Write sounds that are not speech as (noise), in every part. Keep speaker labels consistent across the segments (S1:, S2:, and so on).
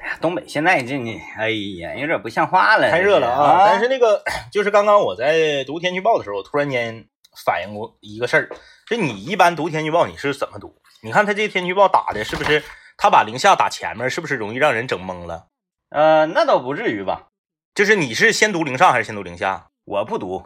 S1: 哎呀，东北现在这你，哎呀，有点不像话
S2: (laughs)
S1: 了，
S2: 太热了
S1: 啊！
S2: 但是那个 (clears throat) 就是刚刚我在读天气预报的时候，我突然间反应过一个事儿，就你一般读天气预报你是怎么读？你看他这天气预报打的是不是？他把零下打前面，是不是容易让人整懵了？
S1: 呃，那倒不至于吧，
S2: 就是你是先读零上还是先读零下？
S1: 我不读，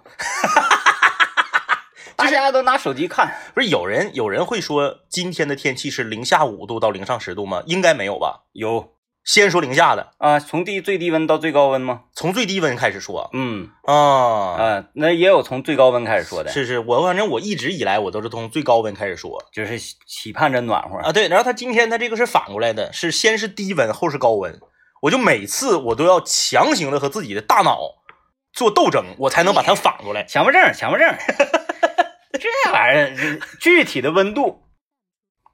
S1: 大家都拿手机看，
S2: 不是有人有人会说今天的天气是零下五度到零上十度吗？应该没有吧？
S1: 有
S2: 先说零下的，
S1: 啊、从低最低温到最高温吗？
S2: 从最低温开始说
S1: 嗯啊、
S2: 啊。
S1: 那也有从最高温开始说的，
S2: 是是，我反正我一直以来我都是从最高温开始说
S1: 就是期期盼着暖和。
S2: 啊。对，然后他今天他这个是反过来的，是先是低温后是高温，我就每次我都要强行的和自己的大脑做斗争，我才能把它反过来。
S1: 强迫症，强迫
S2: (laughs)
S1: 症，这玩意儿这具体的温度，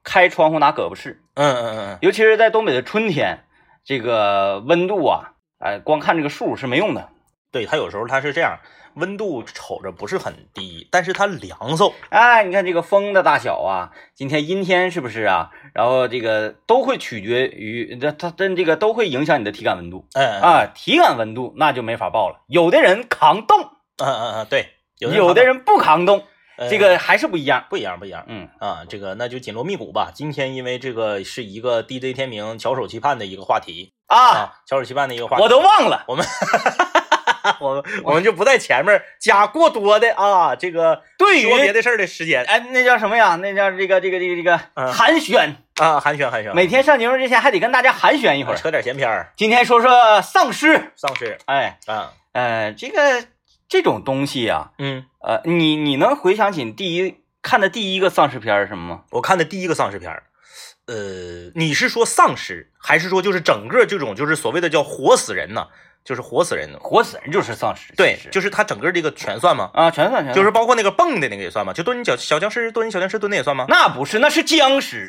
S1: 开窗户拿胳膊试，
S2: 嗯嗯嗯嗯，
S1: 尤其是在东北的春天，这个温度啊，哎、光看这个数是没用的。
S2: 对，它有时候它是这样，温度瞅着不是很低，但是它凉飕。
S1: 哎，你看这个风的大小啊，今天阴天是不是啊？然后这个都会取决于这它跟这个都会影响你的体感温度
S2: 嗯嗯嗯
S1: 啊，体感温度那就没法报了。有的人扛冻，
S2: 嗯嗯嗯，对，有的
S1: 有的人不扛冻，嗯
S2: 呃
S1: 这个还是不一样。
S2: 不一样不一样
S1: 嗯，
S2: 啊，这个那就紧锣密鼓吧。今天因为这个是一个 DJ 天明翘首期盼的一个话题
S1: 啊，
S2: 啊，翘首期盼的一个话题，
S1: 我都忘了。
S2: 我们我们我们就不在前面加过多的啊，这个
S1: 对
S2: 说别
S1: 于
S2: 的事儿的时间
S1: 哎，那叫什么呀？那叫这个这个这个这个
S2: 嗯
S1: 寒暄，
S2: 啊，寒暄寒暄，
S1: 每天上节目之前还得跟大家寒暄一会儿。
S2: 啊扯点闲篇儿，
S1: 今天说说丧尸，
S2: 丧尸
S1: 哎，
S2: 啊，
S1: 呃，这个这种东西啊，
S2: 嗯，
S1: 呃，你你能回想起你第一看的第一个丧尸片是什么吗？
S2: 我看的第一个丧尸片儿。呃，你是说丧尸，还是说就是整个这种就是所谓的叫活死人呢？就是活死人呢？
S1: 活死人就是丧尸，
S2: 对
S1: 其，实
S2: 就是他整个这个全算吗？
S1: 啊，全算全算，
S2: 就是包括那个蹦的那个也算吗？就蹲小小僵尸蹲小僵尸蹲的也算吗？
S1: 那不是，那是僵
S2: (laughs)
S1: 尸，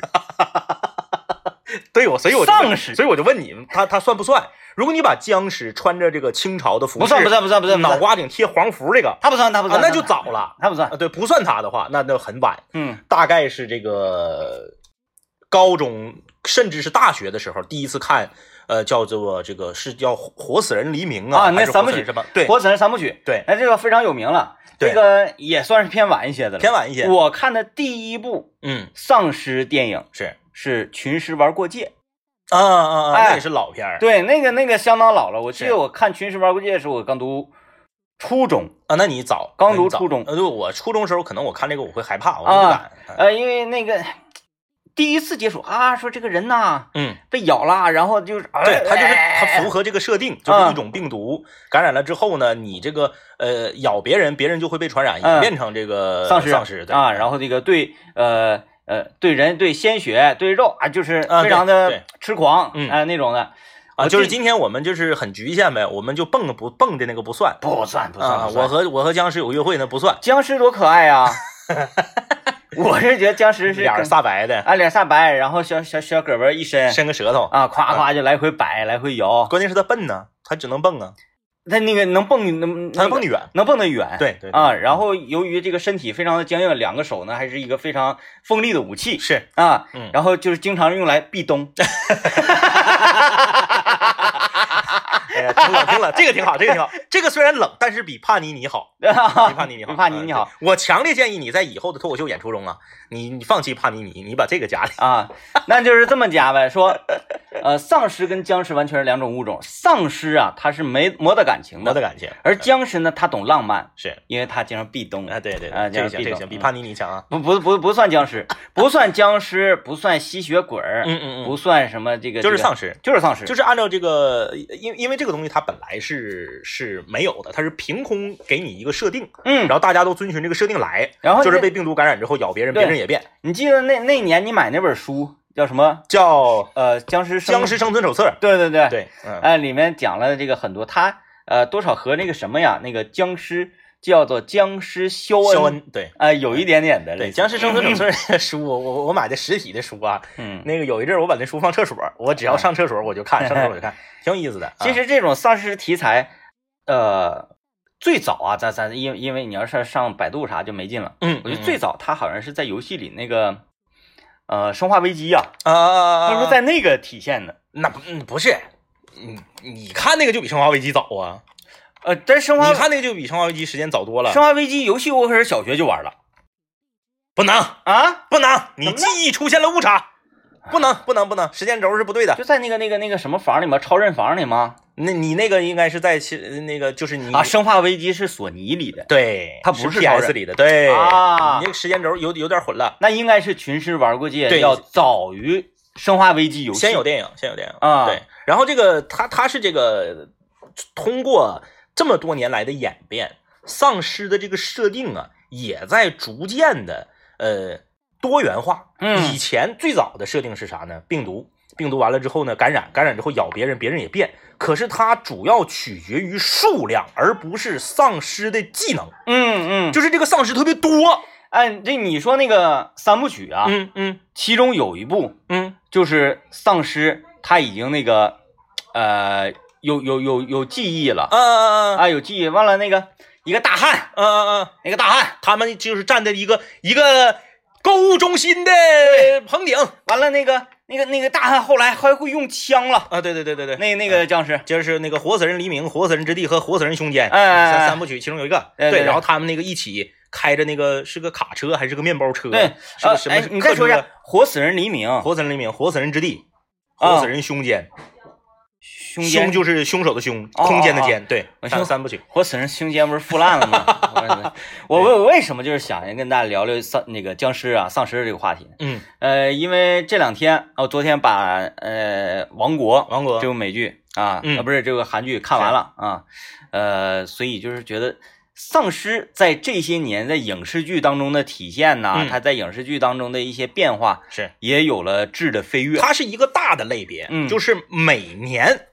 S2: 对，我所以我就
S1: 丧尸
S2: 所以我就问你，他他算不算？如果你把僵尸穿着这个清朝的服饰，
S1: 不算不算不算不算，
S2: 脑瓜顶贴黄符这个
S1: 他不算他不
S2: 啊
S1: 算，，
S2: 那就早了
S1: 他不算
S2: 啊。，对，不算他的话，那那很晚，
S1: 嗯
S2: 大概是这个高中甚至是大学的时候第一次看，呃，叫做这个是叫《活死人黎明》
S1: 啊
S2: 啊，
S1: 那
S2: 还是
S1: 三
S2: 活
S1: 部
S2: 死人
S1: 曲
S2: 什么？对
S1: 活死人三部曲，
S2: 对，
S1: 哎，这个非常有名了，
S2: 对
S1: 这个也算是偏晚一些的了，
S2: 偏晚一些，
S1: 我看的第一部
S2: 嗯，
S1: 丧尸电影
S2: 是
S1: 是《群尸玩过界
S2: 啊啊啊，那
S1: 哎
S2: 也是老片儿》，。
S1: 对，那个那个相当老了。我记
S2: 是
S1: 得我看《群尸玩过界》的时候，我刚读初中，
S2: 啊，那你早，
S1: 刚
S2: 那你
S1: 读
S2: 早
S1: 初中
S2: 呃，对，我初中时候可能我看这个我会害怕，我嗯
S1: 啊
S2: 不敢。
S1: 呃，因为那个第一次接触啊，说这个人呐
S2: 嗯，
S1: 被咬了，然后就是
S2: 对，它就是它
S1: 哎嗯
S2: 符合这个设定，就是一种病毒感染了之后呢，你这个呃咬别人，别人就会被传染，
S1: 嗯
S2: 演变成这个
S1: 丧尸
S2: 呃丧尸
S1: 啊，然
S2: 后
S1: 后这个对呃呃对人对鲜血对肉啊，就是
S2: 啊
S1: 非常
S2: 对对
S1: 的痴狂
S2: 嗯
S1: 哎那种的
S2: 啊，
S1: 我
S2: 就是
S1: 第
S2: 今天我们就是很局限呗，我们就蹦不蹦的那个不算
S1: 不算不算
S2: 啊，
S1: 不算
S2: 我和我和僵尸有约会那不算，
S1: 僵尸多可爱
S2: (laughs)
S1: 呀！我是觉得僵尸是
S2: 脸儿
S1: 更
S2: 煞白的，
S1: 啊，脸煞白，然后小小小胳膊一伸，
S2: 伸个舌头，
S1: 啊，夸夸就来回摆，来回摇。
S2: 关键是它笨呢，它只能蹦啊，
S1: 它那个能蹦，能
S2: 它能蹦
S1: 那个
S2: 得远，
S1: 能蹦得远。
S2: 对对对
S1: 啊，然后由于这个身体非常的僵硬，两个手呢还是一个非常锋利的武器
S2: 是，
S1: 啊，
S2: 嗯
S1: 然后就是经常用来壁
S2: (laughs)
S1: 咚。
S2: 哎呀，挺冷挺冷，这个挺好，这个挺好， (laughs) 这个虽然冷，但是比帕尼尼好。
S1: 比
S2: 比帕尼尼好，
S1: 帕尼尼好
S2: 嗯。对我强烈建议你在以后的脱口秀演出中啊，你你放弃帕尼尼，你把这个加里。
S1: 啊，那就是这么加呗。说，呃，丧尸跟僵尸完全是两种物种。丧尸啊，它是没没得感情
S2: 我的
S1: 的，
S2: 感情
S1: 而僵尸呢，它懂浪漫，
S2: 是
S1: 因为它经常壁咚。
S2: 啊，对对
S1: 啊
S2: 对，这个行
S1: 这
S2: 这
S1: 个
S2: 个
S1: 懂
S2: 行，比
S1: 嗯
S2: 帕尼尼强啊。
S1: 不不不不算僵
S2: (laughs)
S1: 尸，不算僵尸，不算吸血鬼儿，
S2: 嗯嗯
S1: 不算什么这个，
S2: 就是
S1: 这个
S2: 丧尸。
S1: 就是丧尸，
S2: 就是按照这个，因因为这个东西它本来是是没有的，它是凭空给你一个设定，
S1: 嗯
S2: 然，后大家都遵循这个设定来，
S1: 然后
S2: 就是
S1: 那
S2: 被病毒感染之后咬别人，
S1: 对
S2: 别人也变，
S1: 你记得那那年你买那本书叫什么？
S2: 叫
S1: 呃，僵尸
S2: 《
S1: 生
S2: 僵尸生存手册》。
S1: 对对对，
S2: 对，嗯，
S1: 哎，里面讲了这个很多，他呃多少和那个什么呀，那个僵尸叫做僵尸肖恩，
S2: 肖恩对
S1: 哎、有一点点的
S2: 对，《
S1: 类似，
S2: 僵尸生存手册》这个书，我我我买的实体的书啊，
S1: 嗯。
S2: 那个有一阵儿我把那书放厕所，我只要上厕所我就看，上厕所我
S1: (laughs)
S2: 就看，挺有意思的。啊
S1: 其实这种丧尸题材，呃，最早啊，咱咱因为因为你要是上百度啥就没劲了。
S2: 嗯，
S1: 我觉得最早它好像是在游戏里那个，呃，《生化危机》呀，
S2: 啊啊啊啊，
S1: 它是在那个体现的。
S2: 那不嗯不是，你你看那个就比《生化危机》早啊，
S1: 呃，但是生化
S2: 你看那个就比《生化危机》时间早多了
S1: 生。化危机游戏我可是小学就玩了
S2: 不能
S1: 啊，
S2: 不能，
S1: 怎
S2: 你
S1: 么
S2: 记忆出现了误差，不能不能不能，时间轴是不对的。
S1: 就在那个那个那个什么房里吗？超人房里吗？
S2: 那你那个应该是在其那个就是你
S1: 啊，生化危机是索尼里的，
S2: 对，
S1: 它不是超
S2: PS
S1: 人
S2: 里的，对
S1: 啊
S2: 你这个时间轴有有点混乱。
S1: 那应该是群尸玩过界，
S2: 对
S1: 要早于生化危机游戏。
S2: 先有电影，先有电影
S1: 啊
S2: 对，然后这个它它是这个通过这么多年来的演变，丧尸的这个设定啊，也在逐渐的呃多元化。
S1: 嗯
S2: 以前最早的设定是啥呢？病毒，病毒完了之后呢，感染，感染之后咬别人，别人也变。可是它主要取决于数量，而不是丧尸的技能，
S1: 嗯嗯，
S2: 就是这个丧尸特别多。
S1: 哎，这你说那个三部曲啊，
S2: 嗯嗯
S1: 其中有一部
S2: 嗯
S1: 就是丧尸他已经那个，呃，有有有有记忆了
S2: 啊啊啊
S1: 啊，有记忆。完了那个一个大汉，
S2: 啊啊啊！
S1: 那个大汉，
S2: 他们就是站在一个一个购物中心的棚顶
S1: 完了那个那个那个大汉后来还会用枪了，
S2: 啊，对对对对对，
S1: 那那个僵尸，
S2: 就是那个活死人黎明、活死人之地和活死人胸间，
S1: 哎哎哎
S2: 三三部曲其中有一个，
S1: 对对对
S2: 然后他们那个一起开着那个是个卡车还是个面包车，
S1: 对，
S2: 是
S1: 呃
S2: 个什，么
S1: 哎
S2: 客车？，
S1: 你再说一下《活死人黎明》，
S2: 活死人黎明、活死人之地、
S1: 啊
S2: 活死人胸间，
S1: 胸
S2: 胸
S1: 间
S2: 就是凶手的凶，
S1: 哦
S2: 空间的
S1: 哦
S2: 间，对，
S1: 我
S2: 三
S1: 说
S2: 三部曲，
S1: 活死人胸间不是腐烂了
S2: (laughs)
S1: 吗？我为为什么就是想跟大家聊聊丧那个僵尸啊、丧尸这个话题？
S2: 嗯，
S1: 呃，因为这两天哦，昨天把呃《王国》
S2: 王国
S1: 这部美剧啊，
S2: 嗯
S1: 啊不是这个韩剧看完了啊，呃，所以就是觉得丧尸在这些年在影视剧当中的体现呐、
S2: 嗯
S1: 它在影视剧当中的一些变化
S2: 是
S1: 也有了质的飞跃。
S2: 它是一个大的类别，
S1: 嗯
S2: 就是每年，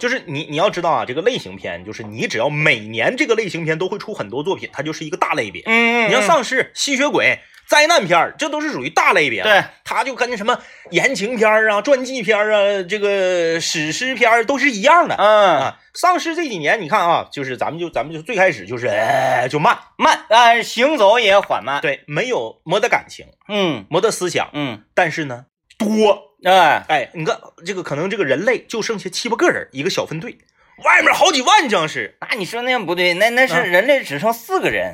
S2: 就是你你要知道啊，这个类型片就是你只要每年这个类型片都会出很多作品，它就是一个大类别。
S1: 嗯
S2: 你像丧尸、吸血鬼、灾难片儿，这都是属于大类别。
S1: 对，
S2: 它就跟什么言情片儿啊、传记片儿啊、这个史诗片儿都是一样的。
S1: 嗯
S2: 啊，丧尸这几年你看啊，就是咱们就咱们就最开始就是哎就慢，
S1: 慢啊，行走也缓慢。
S2: 对，没有没得感情，
S1: 嗯
S2: 没得思想，
S1: 嗯，
S2: 但是呢多，
S1: 哎，
S2: 哎，你看这个，可能这个人类就剩下七八个人，一个小分队，外面好几万僵尸，
S1: 那啊你说那样不对，那那
S2: 啊
S1: 是人类只剩四个
S2: (laughs)
S1: 人，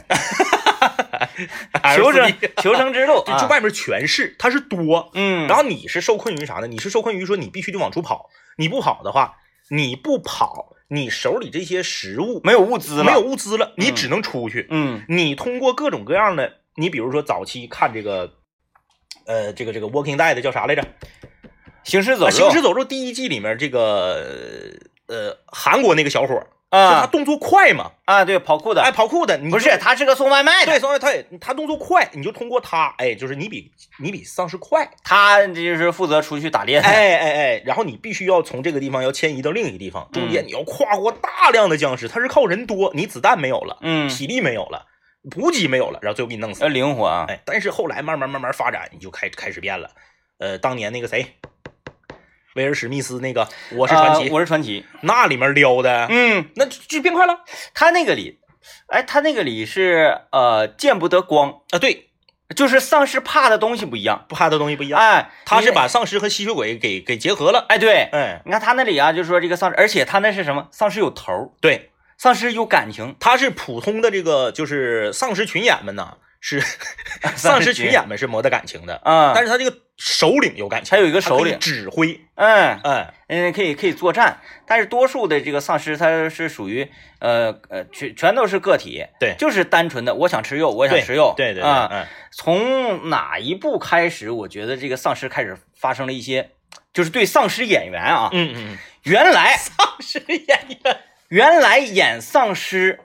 S1: 求
S2: 求
S1: 生
S2: 生，
S1: 求生之
S2: (laughs)
S1: 路啊
S2: 就外面全是，它是多。
S1: 嗯，
S2: 然后你是受困于啥呢？你是受困于说你必须得往出跑，你不跑的话，你不跑，你手里这些食物
S1: 没有物资了，
S2: 没有，物资了，你
S1: 嗯
S2: 只能出去。
S1: 嗯
S2: 你通过各种各样的，你比如说早期看这个，呃，这个这个《Walking Dead》叫啥来着？
S1: 行尸走肉，
S2: 啊行尸走肉》第一季里面这个呃韩国那个小伙儿，就他
S1: 啊
S2: 动作快嘛，
S1: 啊，对，跑酷的，
S2: 哎，跑酷的，你
S1: 不，
S2: 就是
S1: 他是个送外卖的，
S2: 对，所以他也他动作快，你就通过他，哎，就是你比你比丧尸快，
S1: 他就是负责出去打猎的，
S2: 哎哎哎，然后你必须要从这个地方要迁移到另一个地方，中间你要跨过大量的僵尸，他是靠人多，你子弹没有了，
S1: 嗯，
S2: 体力没有了，补给没有了，然后最后给你弄死
S1: 要。灵活啊，
S2: 哎，但是后来慢慢慢慢发展，你就开开始变了，呃，当年那个谁。威尔史密斯那个《我
S1: 我
S2: 是传奇》
S1: 啊
S2: 啊
S1: 我是传奇，
S2: 那里面撩的，
S1: 嗯，
S2: 那就就变快了
S1: 他那个里，哎，他那个里是呃见不得光，
S2: 啊！对，
S1: 就是丧尸怕的东西不一样，
S2: 不怕的东西不一样，
S1: 哎，
S2: 他是
S1: 你
S2: 把丧尸和吸血鬼给给结合了。
S1: 哎对，
S2: 哎，
S1: 你看他那里啊，就是说这个丧尸，而且他那是什么？丧尸有头儿，
S2: 对，
S1: 丧尸有感情，
S2: 他是普通的这个就是丧尸群演们呐，是 (laughs) 丧尸群演们是没得感情的，
S1: 啊，
S2: 但
S1: 是
S2: 是他这个首领有感情，
S1: 还有一个首领
S2: 他可以指挥，
S1: 嗯。
S2: 哎，
S1: 嗯，可以可以作战，但是多数的这个丧尸它是属于呃呃全全都是个体，
S2: 对
S1: 就是单纯的我想吃肉，我想
S2: 对
S1: 吃肉，
S2: 对对对，
S1: 啊、
S2: 嗯，
S1: 从哪一步开始，我觉得这个丧尸开始发生了一些，就是对丧尸演员啊，
S2: 嗯嗯，
S1: 原来
S2: (laughs) 丧尸演员
S1: (laughs) 原来演丧尸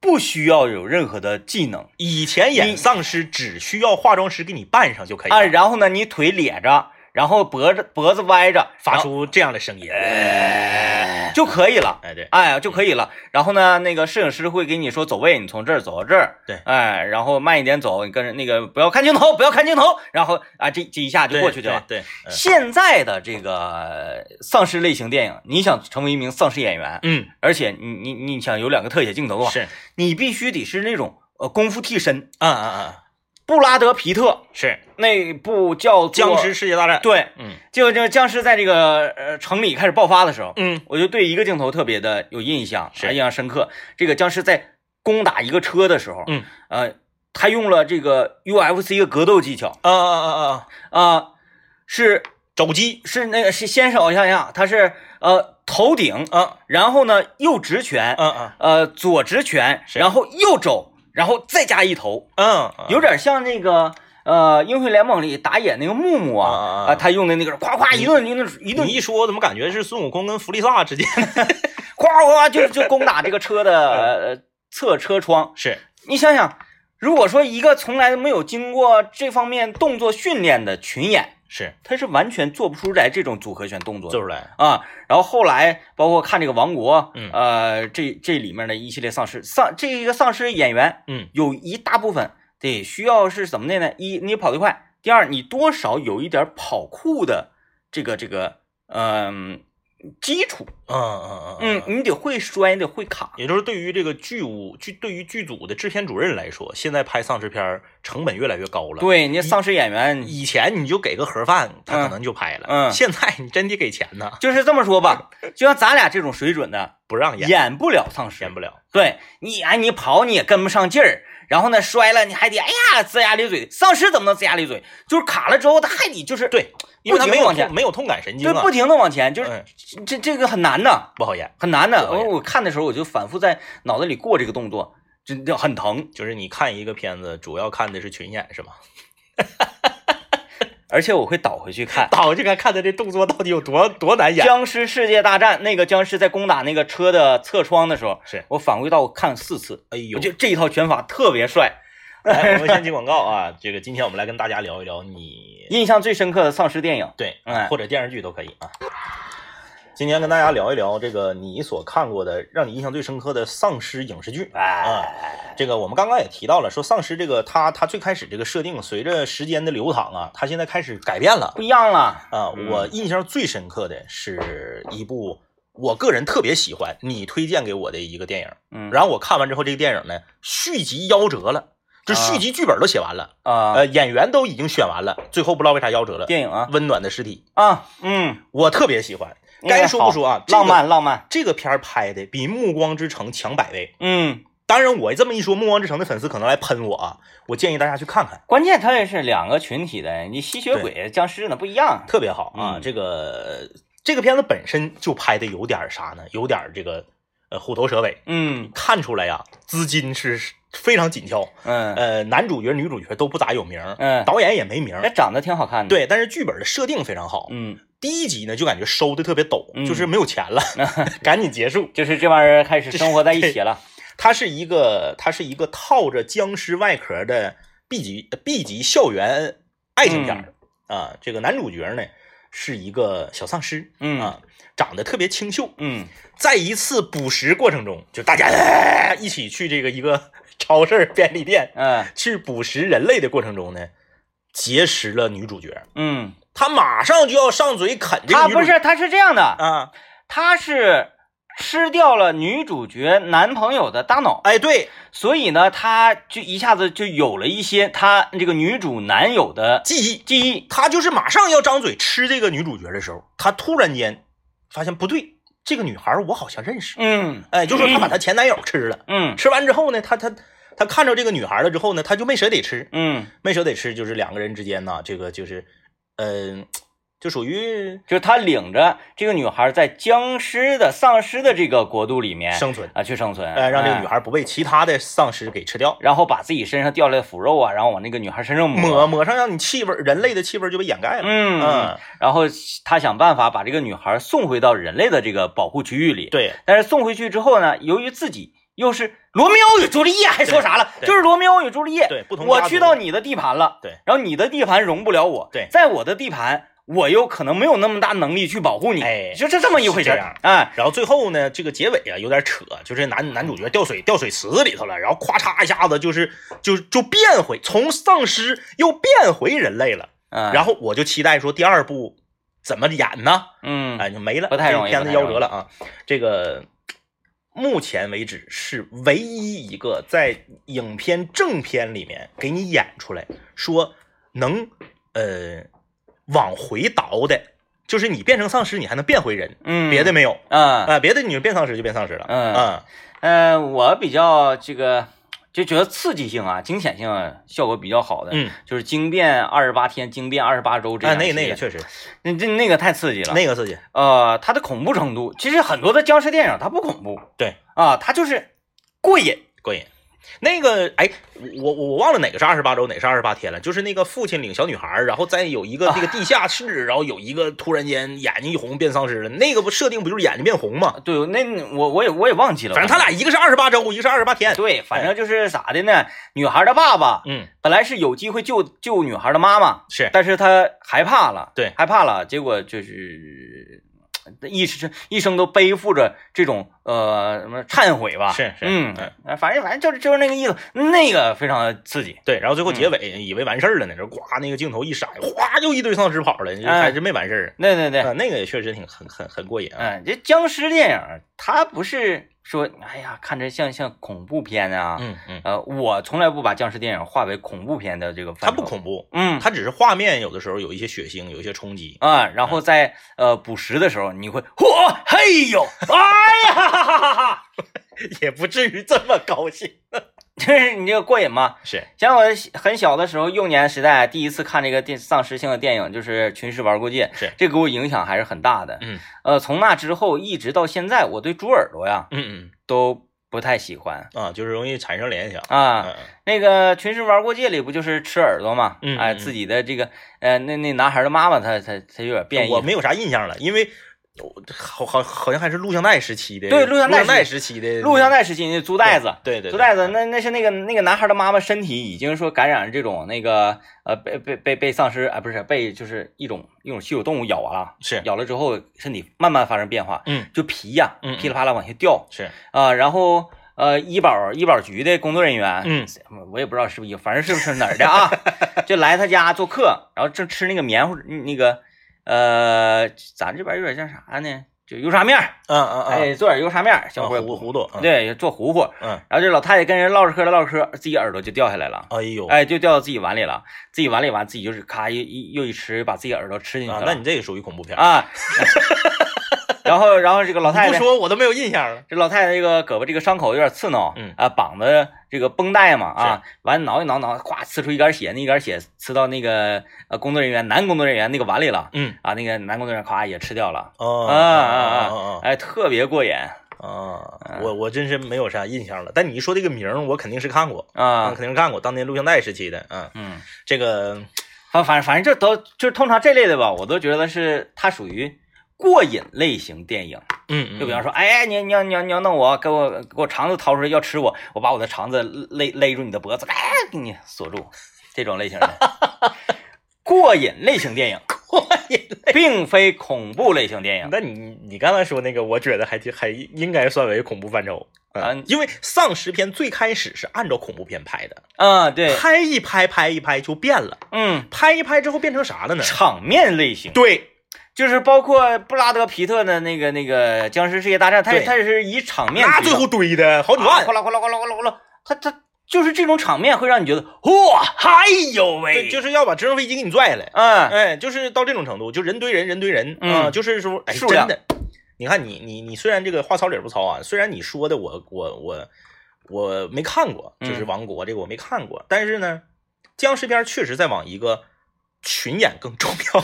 S1: 不需要有任何的技能
S2: 以前演
S1: 你
S2: 丧尸只需要化妆师给你扮上就可以
S1: 啊，
S2: 了，
S1: 然后呢，你腿咧着，然后脖子脖子歪着，
S2: 发
S1: 然后
S2: 出这样的声音，
S1: 哎就可以了。
S2: 哎对，
S1: 哎，就可以了。然后呢，那个摄影师会给你说走位，你从这儿走到这儿，
S2: 对
S1: 哎，然后慢一点走，你跟着那个不要看镜头，不要看镜头，然后啊，这这一下就过去
S2: 对
S1: 了。
S2: 对，对嗯
S1: 现在的这个丧尸类型电影，你想成为一名丧尸演员，
S2: 嗯，
S1: 而且你你你想有两个特写镜头的
S2: 嗯
S1: 话，
S2: 是，
S1: 你必须得是那种呃功夫替身，
S2: 嗯嗯嗯。
S1: 布拉德皮特
S2: 是
S1: 那部叫做
S2: 僵尸，世界大战，
S1: 对，
S2: 嗯
S1: 就这个僵尸在这个呃城里开始爆发的时候，
S2: 嗯，
S1: 我就对一个镜头特别的有印象，
S2: 是
S1: 啊印象深刻。这个僵尸在攻打一个车的时候，
S2: 嗯，
S1: 呃，他用了这个 UFC 的格斗技巧
S2: 啊啊啊啊啊，
S1: 啊、是
S2: 肘击，
S1: 是那个是先手，我想想，他是呃头顶，
S2: 啊
S1: 然后呢右直拳，
S2: 嗯嗯
S1: 呃左直拳，
S2: 是
S1: 然后右肘，然后再加一头，
S2: 嗯，嗯
S1: 有点像那个呃《英雄联盟》里打野那个木木啊
S2: 啊啊啊
S1: 啊，他用的那个夸
S2: 嗯
S1: 夸一顿一顿一顿
S2: 你一说，我怎么感觉是孙悟空跟弗利萨之间？
S1: 夸夸就就攻打这个车的
S2: 嗯
S1: 呃侧车窗。
S2: 是
S1: 你想想，如果说一个从来没有经过这方面动作训练的群演，
S2: 是，
S1: 他是完全做不出来这种组合拳动作的
S2: 做出来，
S1: 啊。然后后来包括看这个《王国》，
S2: 嗯
S1: 呃，这这里面的一系列丧尸，丧这一个丧尸演员
S2: 嗯
S1: 有一大部分得需要是怎么的呢？一你跑得快，第二你多少有一点跑酷的这个这个嗯、基础，
S2: 嗯嗯
S1: 嗯，你得会摔，你得会卡。
S2: 也就是对于这个剧务剧，对于剧组的制片主任来说，现在拍丧尸片儿成本越来越高了。，
S1: 对，你那丧尸演员
S2: 以前你就给个盒饭，他可能就拍了。
S1: 嗯嗯
S2: 现在你真得给钱呐，
S1: 就是这么说
S2: (laughs)
S1: 吧，就像咱俩这种水准的，
S2: 不让演，
S1: 演不了丧尸
S2: 演。不了。
S1: 对你，哎，你跑你也跟不上劲儿，然后呢摔了你还得哎呀龇牙咧嘴，丧尸怎么能龇牙咧嘴？就是卡了之后他还得就是
S2: 对，啊因为他
S1: 不停
S2: 没有
S1: 往前
S2: 痛没有痛感神经
S1: 对
S2: 了，
S1: 不停的往前，就是、
S2: 嗯
S1: 这这个很难的，
S2: 不好演。
S1: 很难的。
S2: 对
S1: 我我看的时候我就反复在脑子里过这个动作，真的很疼。
S2: 就是你看一个片子，主要看的是群演是吗？，
S1: 而且我会倒回去看
S2: 导就该看他这动作到底有多多难
S1: 《
S2: 演。
S1: 僵尸世界大战》那个僵尸在攻打那个车的侧窗的时候，
S2: 是
S1: 我返回到我看四次，
S2: 哎呦
S1: 我，觉得这一套拳法特别帅。
S2: 来，我们先进广告啊。这个今天我们来跟大家聊一聊你
S1: 印象最深刻的丧尸电影，
S2: 对，
S1: 哎
S2: 或者电视剧都可以啊。今天跟大家聊一聊这个你所看过的让你印象最深刻的丧尸影视剧。
S1: 哎，
S2: 这个我们刚刚也提到了，说丧尸这个它它最开始这个设定，随着时间的流淌啊，它现在开始改变了
S1: 不一样了。
S2: 啊。
S1: 嗯
S2: 我印象最深刻的是一部我个人特别喜欢，你推荐给我的一个电影。
S1: 嗯，
S2: 然后我看完之后，这个电影呢续集夭折了，就续集剧本都写完了，
S1: 啊、
S2: 呃，演员都已经选完了，最后不知道为啥夭折了。
S1: 电影啊
S2: 温暖的尸体，
S1: 啊，嗯，
S2: 我特别喜欢。
S1: 嗯
S2: 该说不说啊，这个
S1: 浪漫浪漫，
S2: 这个片儿拍的比《暮光之城》强百倍。
S1: 嗯，
S2: 当然，我这么一说，《暮光之城》的粉丝可能来喷我啊，我建议大家去看看，
S1: 关键它也是两个群体的，你吸血鬼、僵尸呢不一样。
S2: 特别好啊。
S1: 嗯
S2: 这个这个片子本身就拍的有点啥呢？有点这个呃虎头蛇尾，
S1: 嗯
S2: 看出来呀、资金是非常紧俏。
S1: 嗯，
S2: 呃，男主角、女主角都不咋有名儿，
S1: 嗯
S2: 导演也没名儿
S1: 那、，长得挺好看的。，
S2: 对，但是剧本的设定非常好。
S1: 嗯，
S2: 第一集呢，就感觉收的特别陡，
S1: 嗯
S2: 就是没有钱
S1: (laughs)
S2: 了，赶紧结束。
S1: 就是这帮人开始生活在一起了。
S2: 它是一个，它是一个套着僵尸外壳的 B 级呃 B 级校园爱情片儿、
S1: 嗯
S2: 啊。这个男主角呢是一个小丧尸，
S1: 嗯
S2: 啊，长得特别清秀。
S1: 嗯
S2: 在一次捕食过程中，就大家、呃一起去这个一个 (laughs) 超市、便利店
S1: 嗯
S2: 去捕食人类的过程中呢，结识了女主角。
S1: 嗯，
S2: 他马上就要上嘴啃这个
S1: 他
S2: 女主
S1: 不
S2: 角
S1: 是，他是这样的，
S2: 啊，
S1: 他是吃掉了女主角男朋友的大脑，
S2: 哎，对，
S1: 所以呢，他就一下子就有了一些他这个女主男友的
S2: 记忆，
S1: 记忆。
S2: 他就是马上要张嘴吃这个女主角的时候，他突然间发现不对，这个女孩我好像认识。
S1: 嗯
S2: 哎，就说他把她前男友吃了，
S1: 嗯
S2: 吃完之后呢，他他他看着这个女孩了之后呢，他就没舍得吃，
S1: 嗯，
S2: 没舍得吃，就是两个人之间呢，这个就是，嗯、就属于
S1: 就是他领着这个女孩在僵尸的丧尸的这个国度里面
S2: 生存，
S1: 啊去生存，
S2: 呃，让这个
S1: 哎
S2: 女孩不被其他的丧尸给吃掉，
S1: 然后把自己身上掉下来的腐肉啊，然后往那个女孩身上
S2: 抹抹上让你气味，人类的气味就被掩盖了。
S1: 嗯，
S2: 嗯，
S1: 然后他想办法把这个女孩送回到人类的这个保护区域里。，
S2: 对，
S1: 但是送回去之后呢，由于自己又是罗密欧与朱丽叶，还说啥了？
S2: 对
S1: 就是罗密欧与朱丽叶。
S2: 对不同家
S1: 我
S2: 族
S1: 去到你的地盘了，
S2: 对，
S1: 然后你的地盘容不了我，
S2: 对
S1: 在我的地盘，我又可能没有那么大能力去保护你，
S2: 哎
S1: 就这这么一回事
S2: 是这
S1: 儿
S2: 样，
S1: 哎，
S2: 然后最后呢，这个结尾啊有点扯，就是男男主角掉水掉水池子里头了，然后咵嚓一下子就是就就变回从丧尸又变回人类了。
S1: 嗯，
S2: 然
S1: 后
S2: 后我就期待说第二部怎么演呢？
S1: 嗯，
S2: 哎，就没了，
S1: 不太容易
S2: 这片子
S1: 不太容易
S2: 夭折了啊。这个目前为止是唯一一个在影片正片里面给你演出来说能呃往回倒的，就是你变成丧尸，你还能变回人，
S1: 嗯，
S2: 别的没有啊、
S1: 啊，
S2: 别的你就变丧尸就变丧尸了，
S1: 嗯
S2: 啊
S1: 呃，我比较这个就觉得刺激性啊、惊险性啊效果比较好的，
S2: 嗯，
S1: 就是惊变二十八天、惊变二十八周这
S2: 啊
S1: 样
S2: 那
S1: 一系列、
S2: 个那个确实
S1: 那这那个太刺激了。
S2: 那个刺激，
S1: 呃，它的恐怖程度，其实很多的僵尸电影它不恐怖，
S2: 对
S1: 啊，它就是过瘾。
S2: 过瘾。那个，哎，我我我忘了哪个是二十八周，哪个是二十八天了。就是那个父亲领小女孩儿，然后再有一
S1: 啊
S2: 个这个地下室，然后有一个突然间眼睛一红变丧尸了。那个不设定不就是眼睛变红吗？
S1: 对，那我我也我也忘记了，
S2: 反正他俩一个是二十八周，一个是二十八天。
S1: 对，反正就是咋的呢？女孩的爸爸
S2: 哎嗯，
S1: 本来是有机会救救女孩的妈妈，
S2: 是
S1: 但是他害怕了，
S2: 对
S1: 害怕了，结果就是呃一生一生都背负着这种呃什么忏悔吧，
S2: 是是
S1: 嗯
S2: 嗯，
S1: 呃反正反正就是就是那个意思，那个非常的刺激，
S2: 对。然后最后结
S1: 嗯
S2: 尾以为完事儿了呢，这呱那个镜头一闪，哗又一堆丧尸跑了，就
S1: 哎
S2: 还是没完事儿。
S1: 对对对，
S2: 啊，那个也确实挺很很很过瘾啊。
S1: 嗯，这僵尸电影它不是说哎呀看着像像恐怖片啊，
S2: 嗯嗯，
S1: 呃，我从来不把僵尸电影划为恐怖片的这个
S2: 它
S1: 范畴，
S2: 不，恐怖， (laughs)
S1: 嗯。
S2: 它只是画面有的时候有一些血腥，有一些冲击。
S1: 啊，然后在呃捕食的时候，你会嚯嘿呦，哎呀， (laughs) 哈哈哈哈，
S2: 也不至于这么高兴。
S1: 就是你这个过瘾吗？
S2: 是，
S1: 像我很小的时候，幼年时代第一次看这个电丧尸性的电影，就是《群尸玩过界》，
S2: 是
S1: 这给我影响还是很大的。
S2: 嗯
S1: 呃，从那之后一直到现在，我对猪耳朵呀
S2: 嗯嗯。
S1: 都不太喜欢
S2: 啊，就是容易产生联想。
S1: 啊。
S2: 嗯
S1: 那个《群尸玩过界》里不就是吃耳朵嘛？
S2: 嗯
S1: 哎，
S2: 嗯嗯
S1: 自己的这个呃，那那男孩的妈妈她她她有点变异，
S2: 我没有啥印象了，因为我好好好像还是录像带时期的，
S1: 对录
S2: 录
S1: 像带时期
S2: 时期的
S1: 录像带时期那租袋子。
S2: 对对，
S1: 租袋子，
S2: 对
S1: 那那是那个那个男孩的妈妈身体已经说感染这种那个呃被被被被丧尸啊、不是被就是一种一种稀有动物咬完了，
S2: 是
S1: 咬了之后身体慢慢发生变化，
S2: 嗯
S1: 就皮呀、
S2: 嗯嗯
S1: 噼里啪啦往下掉
S2: 是
S1: 啊、然后呃医保医保局的工作人员，
S2: 嗯
S1: 我也不知道是不是，反正是不是哪儿的
S2: (laughs)
S1: 啊，就来他家做客，然后正吃那个棉花那个呃咱这边有点像啥呢？就油炸面儿，
S2: 嗯嗯嗯，
S1: 哎，做点油炸面儿，小
S2: 小
S1: 伙也
S2: 糊
S1: 不
S2: 糊涂，嗯，
S1: 对，做糊糊。
S2: 嗯，
S1: 然后这老太太跟人唠着嗑儿唠着嗑儿，自己耳朵就掉下来了，
S2: 哎呦，啊，
S1: 哎，就掉到自己碗里了。自己碗里完，自己就是咔一一又一吃，把自己耳朵吃进去
S2: 啊那
S1: 了
S2: 你这个属于恐怖片，
S1: 啊。 (laughs) 然后，然后这个老太
S2: 你
S1: 太
S2: 不，说我都没有印象了。
S1: 这老太太这个胳膊这个伤口有点刺挠，
S2: 嗯
S1: 啊，绑的这个绷带嘛啊，完挠一挠挠，咵呲出一杆血，那一杆血呲到那个呃工作人员男工作人员那个碗里了
S2: 嗯，
S1: 啊，那个男工作人员咵也吃掉了，
S2: 哦
S1: 啊啊
S2: 啊
S1: 哎，特别过瘾
S2: 啊啊！我我真是没有啥印象了，但你一说这个名儿，我肯定是看过，
S1: 啊
S2: 肯，定是看过，当年录像带时期的，嗯，
S1: 嗯。
S2: 这个
S1: 反反反正这都就是通常这类的吧，我都觉得是它属于过瘾类型电影。
S2: 嗯
S1: 就比方说，哎，你你要你要你要弄我，给我给我肠子掏出来要吃我，我把我的肠子勒勒住你的脖子，哎，给你锁住，这种类型
S2: (laughs)
S1: 的过瘾类型电影，
S2: 过瘾。
S1: 并非恐怖类型电影。
S2: 那你你刚才说那个，我觉得还挺还应该算为恐怖范畴啊
S1: 嗯
S2: 因为丧尸片最开始是按照恐怖片拍的，
S1: 啊，对，
S2: 拍一拍拍一拍就变了，
S1: 嗯，
S2: 拍一拍之后变成啥了呢？
S1: 场面类型
S2: 对
S1: 就是包括布拉德皮特的那个那个《僵尸世界大战》，他也
S2: 对
S1: 他也是以场面
S2: 那
S1: 取胜
S2: 最后堆的好几
S1: 啊
S2: 万
S1: 哗，啦哗啦哗啦哗啦哗啦，他他就是这种场面会让你觉得哇，哎呦喂，
S2: 对，就是是要把直升飞机给你拽来，
S1: 嗯
S2: 哎，就是到这种程度，就人堆人，人堆人，
S1: 嗯
S2: 啊就是说，哎，
S1: 数
S2: 真
S1: 量
S2: 的，你看你你你虽然这个话糙理儿不糙啊，虽然你说的我我我我没看过，就是
S1: 嗯
S2: 《王国》这个我没看过，但是呢，僵尸片确实在往一个群演更重
S1: (laughs)
S2: 要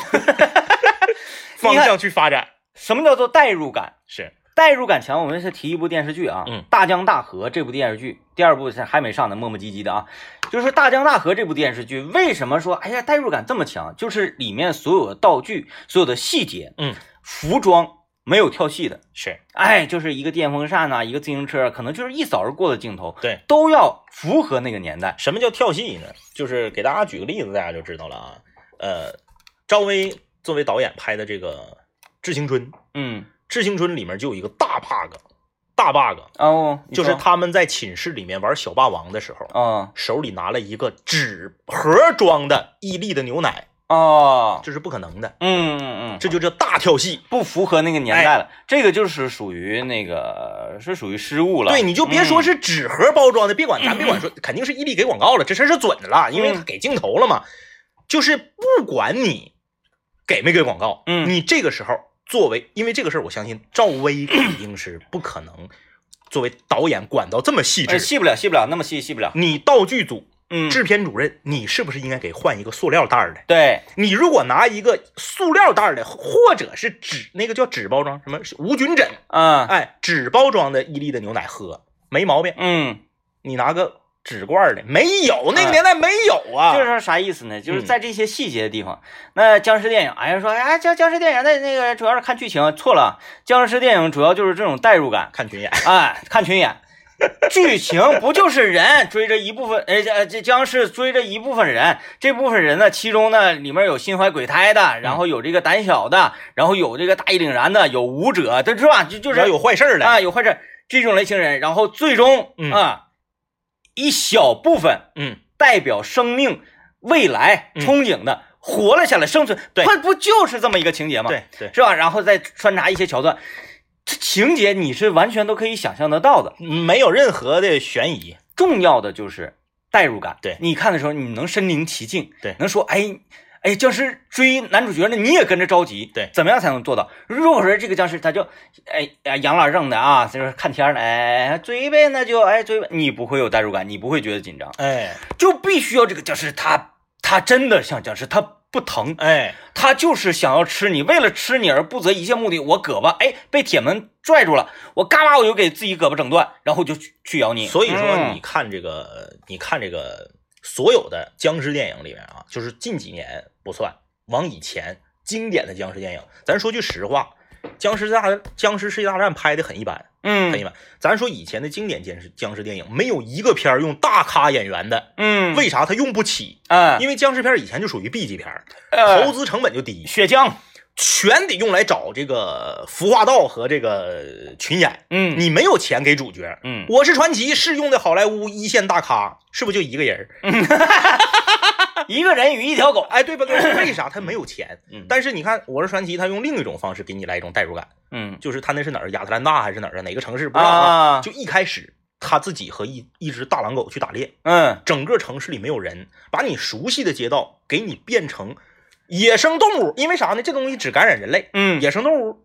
S2: 方向去发展，
S1: 什么叫做代入感？
S2: 是，
S1: 代入感强，我们是提一部电视剧啊，
S2: 嗯
S1: 大江大河》这部电视剧，第二部是还没上呢，磨磨唧唧的啊。就是说《大江大河》这部电视剧，为什么说哎呀代入感这么强？就是里面所有的道具、所有的细节、
S2: 嗯，
S1: 服装没有跳戏的，
S2: 是
S1: 哎，就是一个电风扇呐、一个自行车，可能就是一扫而过的镜头，
S2: 对，
S1: 都要符合那个年代。
S2: 什么叫跳戏呢？就是给大家举个例子，大家就知道了啊。呃，赵薇作为导演拍的这个《致青春》，《
S1: 嗯，
S2: 致青春》里面就有一个大 bug，大 bug
S1: 哦，你
S2: 就是
S1: 说
S2: 他们在寝室里面玩小霸王的时候，
S1: 哦
S2: 手里拿了一个纸盒装的伊利的牛奶，
S1: 啊，
S2: 这是不可能的，
S1: 嗯嗯嗯，
S2: 这就叫大跳戏。
S1: 不符合那个年代了，
S2: 哎
S1: 这个就是属于那个是属于失误了。嗯
S2: 对，你就别说是纸盒包装的，别管咱别管说，肯定是伊利给广告了，这事儿是准的了，因为
S1: 嗯
S2: 他给镜头了嘛。就是不管你给没给广告，
S1: 嗯
S2: 你这个时候作为，因为这个事儿，我相信赵薇肯定是不可能作为导演管到这么细
S1: 呃，
S2: 致。
S1: 细不了，细不了，那么细细不了。
S2: 你道具组、
S1: 嗯，
S2: 制片主任，你是不是应该给换一个塑料袋儿的？
S1: 对，
S2: 你如果拿一个塑料袋儿的，或者是纸那个叫纸包装什么是无菌枕，
S1: 嗯
S2: 哎，纸包装的伊利的牛奶喝没毛病。
S1: 嗯，
S2: 你拿个纸罐儿的，没有，那
S1: 啊
S2: 个年代没有啊。
S1: 就是啥意思呢？就是
S2: 嗯
S1: 在这些细节的地方，那僵尸电影，哎呀说，哎僵僵尸电影那那个主要是看剧情，错了，僵尸电影主要就是这种代入感，
S2: 看群演，
S1: (laughs) 哎，看群演。剧情不就是人追着一部分，呃，这这僵尸追着一部分人，这部分人呢，其中呢里面有心怀鬼胎的，然后有这个胆小的，然后有这个大义凛然的，有武者，这是吧？就就
S2: 只要
S1: 是
S2: 有坏事儿了，
S1: 啊，有坏事这种类型人，然后最终、
S2: 嗯
S1: 啊，一小部分
S2: 嗯，
S1: 代表生命、未来、
S2: 嗯
S1: 憧憬的、活了下来，生存，
S2: 对
S1: 不不就是这么一个情节吗？，
S2: 对对，
S1: 是吧？然后再穿插一些桥段，这情节你是完全都可以想象得到的。
S2: 没有任何的悬疑，
S1: 重要的就是代入感，
S2: 对
S1: 你看的时候你能身临其境，
S2: 对
S1: 能说哎。哎，僵尸追男主角呢，你也跟着着急，
S2: 对
S1: 怎么样才能做到？如果说这个僵尸他就，哎哎，杨老让的啊，就是看天儿呢，哎，追呗，那就哎追呗，你不会有代入感，你不会觉得紧张，
S2: 哎
S1: 就必须要这个僵尸，他他真的像僵尸，他不疼，
S2: 哎，
S1: 他就是想要吃你，为了吃你而不择一切目的。我胳膊哎被铁门拽住了，我嘎巴我就给自己胳膊整断，然后就去去咬你。
S2: 所以说
S1: 嗯
S2: 你看这个，你看这个所有的僵尸电影里面啊，就是近几年不算，往以前经典的僵尸电影，咱说句实话。僵尸大僵尸世界大战拍的很一般，很一
S1: 嗯
S2: 般。咱说以前的经典僵尸僵尸电影，没有一个片儿用大咖演员的，
S1: 嗯，
S2: 哎为啥他用不起？
S1: 啊，
S2: 因为僵尸片儿以前就属于 B 级片儿，投
S1: 呃
S2: 资成本就低，
S1: 血浆，
S2: 全得用来找这个服化道和这个群演。
S1: 嗯
S2: 你没有钱给主角，
S1: 嗯，
S2: 我是传奇是用的好莱坞一线大咖，是不是就一个人
S1: 嗯
S2: 儿？
S1: 一个人与一条狗，
S2: 哎，对不对？为啥他没有钱？
S1: 嗯
S2: 但是你看《我是传奇》，他用另一种方式给你来一种代入感，
S1: 嗯
S2: 就是他那是哪儿？亚特兰大还是哪儿啊？哪个城市？不知道啊。
S1: 啊，
S2: 就一开始他自己和一一只大狼狗去打猎，
S1: 嗯
S2: 整个城市里没有人，把你熟悉的街道给你变成野生动物，因为啥呢？这东西只感染人类，
S1: 嗯
S2: 野生动物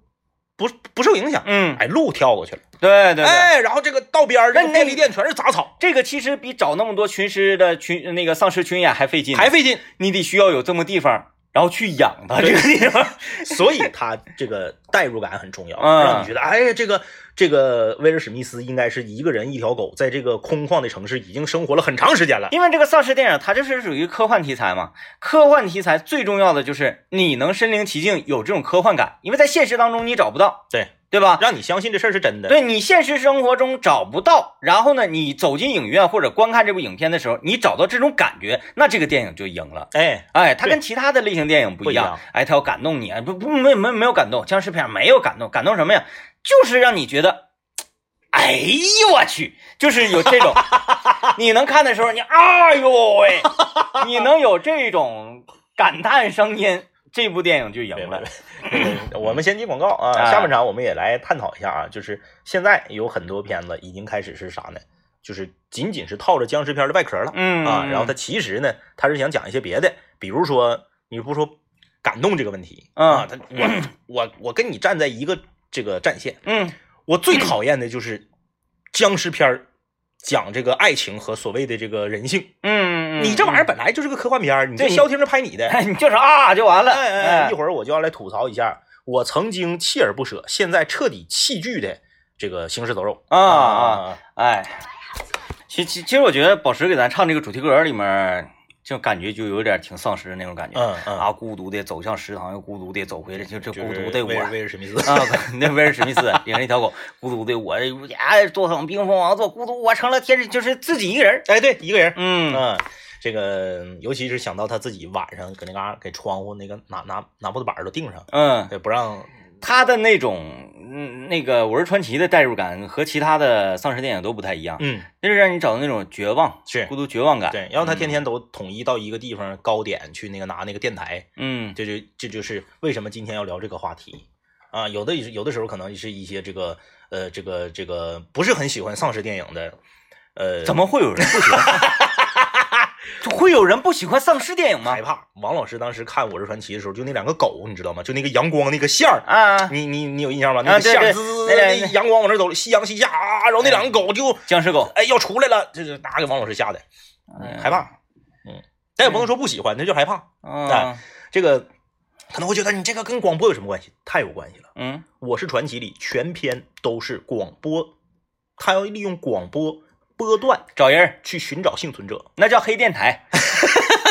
S2: 不不受影响。
S1: 嗯，
S2: 哎，路跳过去了，
S1: 对对对。
S2: 哎，然后这个道边儿这
S1: 那
S2: 个
S1: 那
S2: 便利店全是杂草，
S1: 这个其实比找那么多群尸的群那个丧尸群演还费劲，
S2: 还费劲。
S1: 你得需要有这么地方，然后去养它这个地方。
S2: 所以他这个代入感很重要，
S1: 嗯
S2: 让你觉得，哎，这个这个威尔史密斯应该是一个人一条狗，在这个空旷的城市已经生活了很长时间了。
S1: 因为这个丧尸电影它就是属于科幻题材嘛，科幻题材最重要的就是你能身临其境，有这种科幻感，因为在现实当中你找不到，
S2: 对，
S1: 对吧？
S2: 让你相信这事儿是真的。，
S1: 对你现实生活中找不到，然后呢，你走进影院或者观看这部影片的时候，你找到这种感觉，那这个电影就赢了。
S2: 哎，
S1: 哎，它跟其他的类型电影不一样，
S2: 不一样
S1: 哎，它要感动你，不不没没没有感动，僵尸片没有感动，感动什么呀？就是让你觉得，哎呦我去，就是有这种，你能看的时候，你哎呦喂，你能有这种感叹声音，这部电影就赢了。
S2: 我们先进广告啊，
S1: 哎
S2: 下半场我们也来探讨一下啊，就是现在有很多片子已经开始是啥呢？就是仅仅是套着僵尸片的外壳了
S1: 嗯
S2: 啊，然后它其实呢，它是想讲一些别的，比如说你不说感动这个问题
S1: 嗯
S2: 啊，它我我我跟你站在一个这个战线，
S1: 嗯
S2: 我最讨厌的就是僵尸片儿。讲这个爱情和所谓的这个人性，
S1: 嗯，
S2: 你这玩意
S1: 儿，
S2: 儿本来就是个科幻片儿，你
S1: 对
S2: 这消停着拍你的，
S1: 哎， (laughs) 你就是啊就完了，
S2: 哎哎哎，一会儿我就要来吐槽一下，我曾经锲而不舍，现在彻底弃剧的这个《行尸走肉》
S1: 啊啊，哎，其其其实我觉得宝石给咱唱这个主题歌里面，就感觉就有点挺丧尸的那种感觉。
S2: 嗯嗯，
S1: 啊，孤独的走向食堂，又孤独的走回来，就这
S2: 就是
S1: 孤独的我
S2: 威尔威尔史密斯，
S1: 啊， (laughs) 那威尔史密斯领着一条狗，孤独的我，哎，坐上冰封王座，孤独我成了天使，就是自己一个人。
S2: (laughs) 哎，对，一个人，
S1: 嗯，
S2: 嗯。这个，尤其是想到他自己晚上搁那嘎、给窗户那个拿拿拿布子板儿都钉上，
S1: 嗯
S2: 也不让
S1: 他的那种嗯那个《我是传奇》的代入感和其他的丧尸电影都不太一样，
S2: 嗯，
S1: 就是让你找到那种绝望、
S2: 是
S1: 孤独、绝望感。
S2: 对，要他天天都统一到一个地方高点去那个拿那个电台，
S1: 嗯，
S2: 这就这就是为什么今天要聊这个话题啊。有的有的时候可能是一些这个呃这个这个不是很喜欢丧尸电影的，呃，
S1: 怎么会有人不喜欢？ (laughs) 会有人不喜欢丧尸电影吗
S2: 害？怕？王老师当时看《我是传奇》的时候，就那两个狗，你知道吗？就那个阳光那个线儿，
S1: 啊，
S2: 你你你有印象吧？
S1: 啊
S2: 那个
S1: 对
S2: 线
S1: 对哎
S2: 儿滋滋滋，
S1: 那两
S2: 那阳光往这走，夕阳西下啊，然后那两个狗就
S1: 僵尸狗
S2: 哎要出来了，这是哪给王老师吓的，害
S1: 害
S2: 怕。嗯，但也不能说不喜欢，那就害怕。
S1: 啊，
S2: 这个可能会觉得你这个跟广播有什么关系？太有关系了。
S1: 嗯
S2: 《我是传奇》里全篇都是广播，他要利用广播波段
S1: 找人儿
S2: 去寻找幸存者。 (laughs)
S1: 那叫黑电台。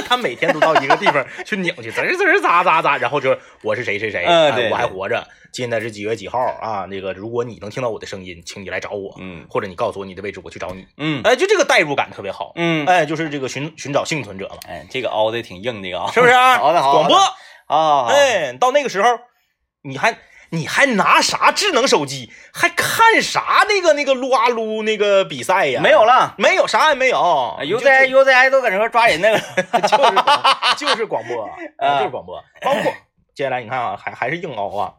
S2: 他每天都到一个地方去拧去，滋儿滋儿咋咋咋，然后就我是谁谁谁，
S1: 嗯
S2: 哎
S1: 对
S2: 我还
S1: 对
S2: 活着，今天是几月几号啊？那个如果你能听到我的声音，请你来找我，
S1: 嗯
S2: 或者你告诉我你的位置，我去找你。
S1: 嗯
S2: 哎，就这个代入感特别好，
S1: 嗯，
S2: 哎，就是这个寻寻找幸存者嘛，
S1: 哎，这个凹的挺硬，这个啊，
S2: 是不是啊？
S1: 好的好的
S2: 广播，
S1: 啊，
S2: 哎，到那个时候，你还你还拿啥智能手机，还看啥那个那个撸啊撸那个比赛呀？
S1: 没有，了。
S2: 没有，啥也没有
S1: 啊，UZI
S2: 就
S1: UZI 都搁那块抓人那个，
S2: 就是广 (laughs) 就是广播，
S1: (laughs) 啊
S2: 就是广播，包括接下来你看啊，还还是硬凹啊，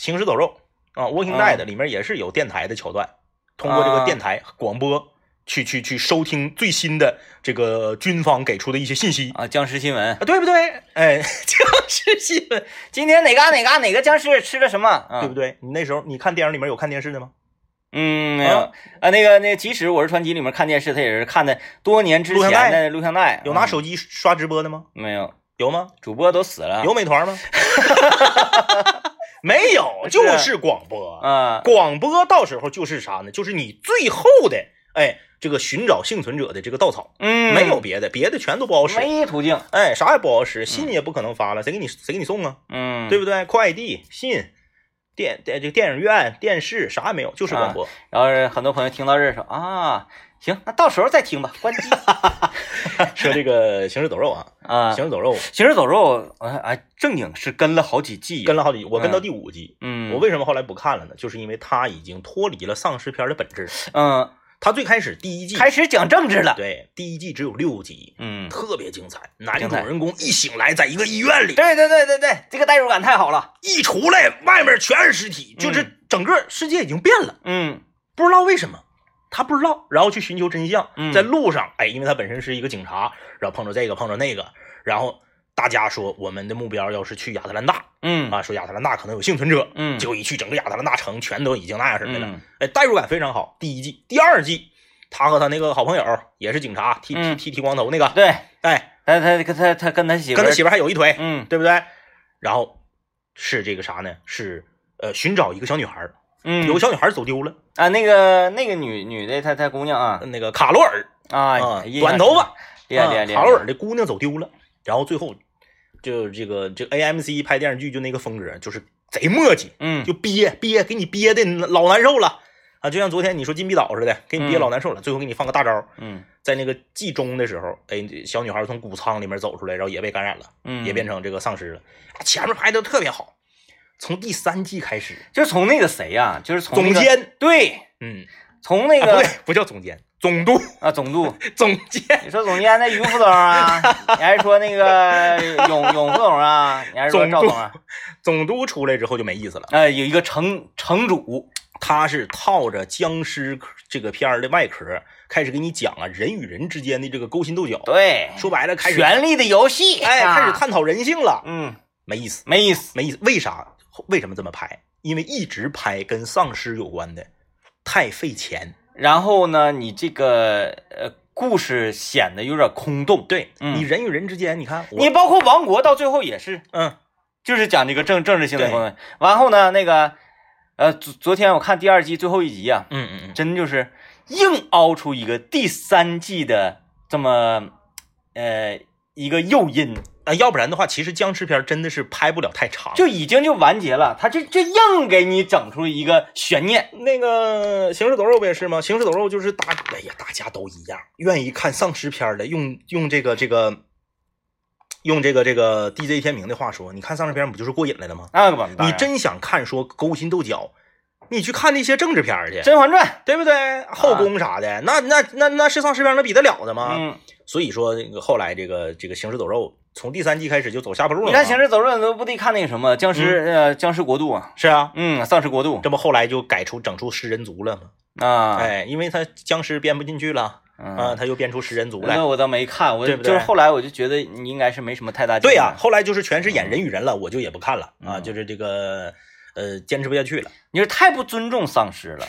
S2: 《行尸走肉》啊，《Walking
S1: 啊
S2: Dead》里面也是有电台的桥段，通过这
S1: 啊
S2: 个电台广播。去去去收听最新的这个军方给出的一些信息
S1: 啊，僵尸新闻。
S2: 啊，对不对？哎， (laughs) 就是新闻，
S1: 今天哪嘎哪嘎哪个僵尸吃了什么？啊
S2: 对不
S1: 对？
S2: 对？你那时候你看电影里面有看电视的吗？
S1: 嗯，没有
S2: 啊
S1: 啊，那个那个，即使我是传奇里面看电视，他也是看的多年之
S2: 录像
S1: 前
S2: 带
S1: 的录像带。
S2: 有拿
S1: 嗯
S2: 手机刷直播的吗？
S1: 没有？
S2: 有吗？
S1: 主播都死了。
S2: 有美团吗？ (laughs) 没有，就是广播。
S1: 啊，
S2: 广播到时候就是啥呢？就是你最后的，哎，这个寻找幸存者的这个稻草，
S1: 嗯，
S2: 没有，别的，别的全都不好使，
S1: 唯一途径。
S2: 哎，啥也不好使，信也不可能发了，谁给你谁给你送啊？
S1: 嗯，
S2: 对不对？快递、信、电电这个电影院、电视啥也没有，就是
S1: 啊
S2: 广播。
S1: 然后很多朋友听到这儿说啊，行，那到时候再听吧，关
S2: (laughs)
S1: 机
S2: 说这个行尸走肉啊，
S1: 啊。
S2: 行尸走肉
S1: 行尸走肉，哎哎，正经是跟了好几季，
S2: 跟
S1: 了，
S2: 了好几，我跟到第五集。
S1: 嗯，
S2: 我为什么后来不看了呢？就是因为它已经脱离了丧尸片的本质。
S1: 嗯
S2: 它最开始第一季，
S1: 开始讲政治了，
S2: 对第一季只有六集，
S1: 嗯，
S2: 特别精彩。男
S1: 精
S2: 主
S1: 彩嗯
S2: 人公一醒来，在一个医院里，
S1: 对对对对对，这个代入感太好了，
S2: 一出来外面全是尸体，就是整个世界已经变了，
S1: 嗯
S2: 不知道为什么。他不知道，然后去寻求真相
S1: 嗯，
S2: 在路上，哎，因为他本身是一个警察，然后碰着这个碰着那个，然后大家说我们的目标要是去亚特兰大
S1: 嗯
S2: 啊，说亚特兰大可能有幸存者，
S1: 嗯，
S2: 结果一去，整个亚特兰大城全都已经那样似的了
S1: 嗯。
S2: 哎，代入感非常好。第一季、第二季，他和他那个好朋友也是警察，剃剃
S1: 嗯
S2: 剃剃光头那个，
S1: 对
S2: 哎，
S1: 他他他他他跟他媳妇
S2: 跟
S1: 儿，
S2: 他媳妇儿还有一腿，
S1: 嗯
S2: 对不对？然后是这个啥呢？是呃，寻找一个小女孩儿，
S1: 嗯
S2: 有个小女孩儿走丢了，
S1: 啊那个那个女女的她她姑娘啊
S2: 那个卡罗尔，
S1: 啊
S2: 啊，嗯短头发，
S1: 厉害厉害
S2: 啊
S1: 厉害，
S2: 卡罗尔的姑娘走丢了，然后最后就这个这个 AMC 拍电视剧就那个风格，就是贼墨迹，
S1: 嗯
S2: 就憋憋，给你憋的老难受了啊！就像昨天你说金臂岛似的，给你憋老难受了。最后给你放个大招，
S1: 嗯
S2: 在那个季中的时候，哎，小女孩从谷仓里面走出来，然后也被感染了，
S1: 嗯
S2: 也变成这个丧尸了。啊前面拍的特别好，从第三季开始，
S1: 就是从那个谁呀，就是从那
S2: 总
S1: 个
S2: 监，
S1: 对，
S2: 嗯，
S1: 从那
S2: 啊不
S1: 个
S2: 对，不叫总监，总督，
S1: 啊总督。
S2: 总监，
S1: 你说总监那于副总啊，你还是说那个永永副总啊，你还是说赵总啊？
S2: 总督出来之后就没意思了。
S1: 呃，有一个城城主，
S2: 他是套着僵尸这个片儿的外壳，开始给你讲啊人与人之间的这个勾心斗角。
S1: 对，
S2: 说白了，开始
S1: 权力的游戏，
S2: 哎，
S1: 啊
S2: 开始，探讨人性了，
S1: 嗯，
S2: 没意思，
S1: 没意思，
S2: 没意思。为啥？为什么这么拍？因为一直拍跟丧尸有关的，太费钱。
S1: 然后呢，你这个呃故事显得有点空洞。
S2: 对、
S1: 嗯
S2: 你人与人之间，你看我，
S1: 你包括王国到最后也是，
S2: 嗯，
S1: 就是讲这个政政治性的
S2: 对
S1: 功能。然后呢，那个呃，昨昨天我看第二季最后一集啊，
S2: 嗯嗯嗯，
S1: 真就是硬凹出一个第三季的这么呃一个诱因，
S2: 啊，要不然的话，其实僵尸片真的是拍不了太长。
S1: 就已经就完结了。他就就硬给你整出一个悬念。
S2: 那个《行尸走肉》不也是吗？《行尸走肉》就是大，哎呀，大家都一样，愿意看丧尸片的，用用这个这个用这个这个 DJ 天明的话说，你看丧尸片不就是过瘾来了吗？
S1: 那个吧，当
S2: 你
S1: 然
S2: 真想看说勾心斗角，你去看那些政治片儿去
S1: 《，甄嬛传
S2: 对不对？
S1: 啊
S2: 后宫啥的，那那那那是丧尸片能比得了的》吗？
S1: 嗯，
S2: 所以说这个后来这个这个行尸走肉从第三季开始就走下坡路了嘛。
S1: 你看《行尸走肉》你都不得看那个什么僵尸
S2: 嗯
S1: 呃僵尸国度啊，
S2: 是啊，
S1: 嗯，丧尸国度
S2: 这不后来就改出整出食人族了吗？
S1: 啊，
S2: 哎，因为他僵尸编不进去了啊，
S1: 嗯，
S2: 他又编出食人族来
S1: 那。我倒没看，我
S2: 对
S1: 就
S2: 不对
S1: 是后来我就觉得你应该是没什么太大
S2: 对
S1: 劲
S2: 呀、
S1: 了
S2: 后来就是全是演人与人了，我就也不看了啊，
S1: 嗯
S2: 就是这个呃坚持不下去了。
S1: 你是太不尊重丧尸了。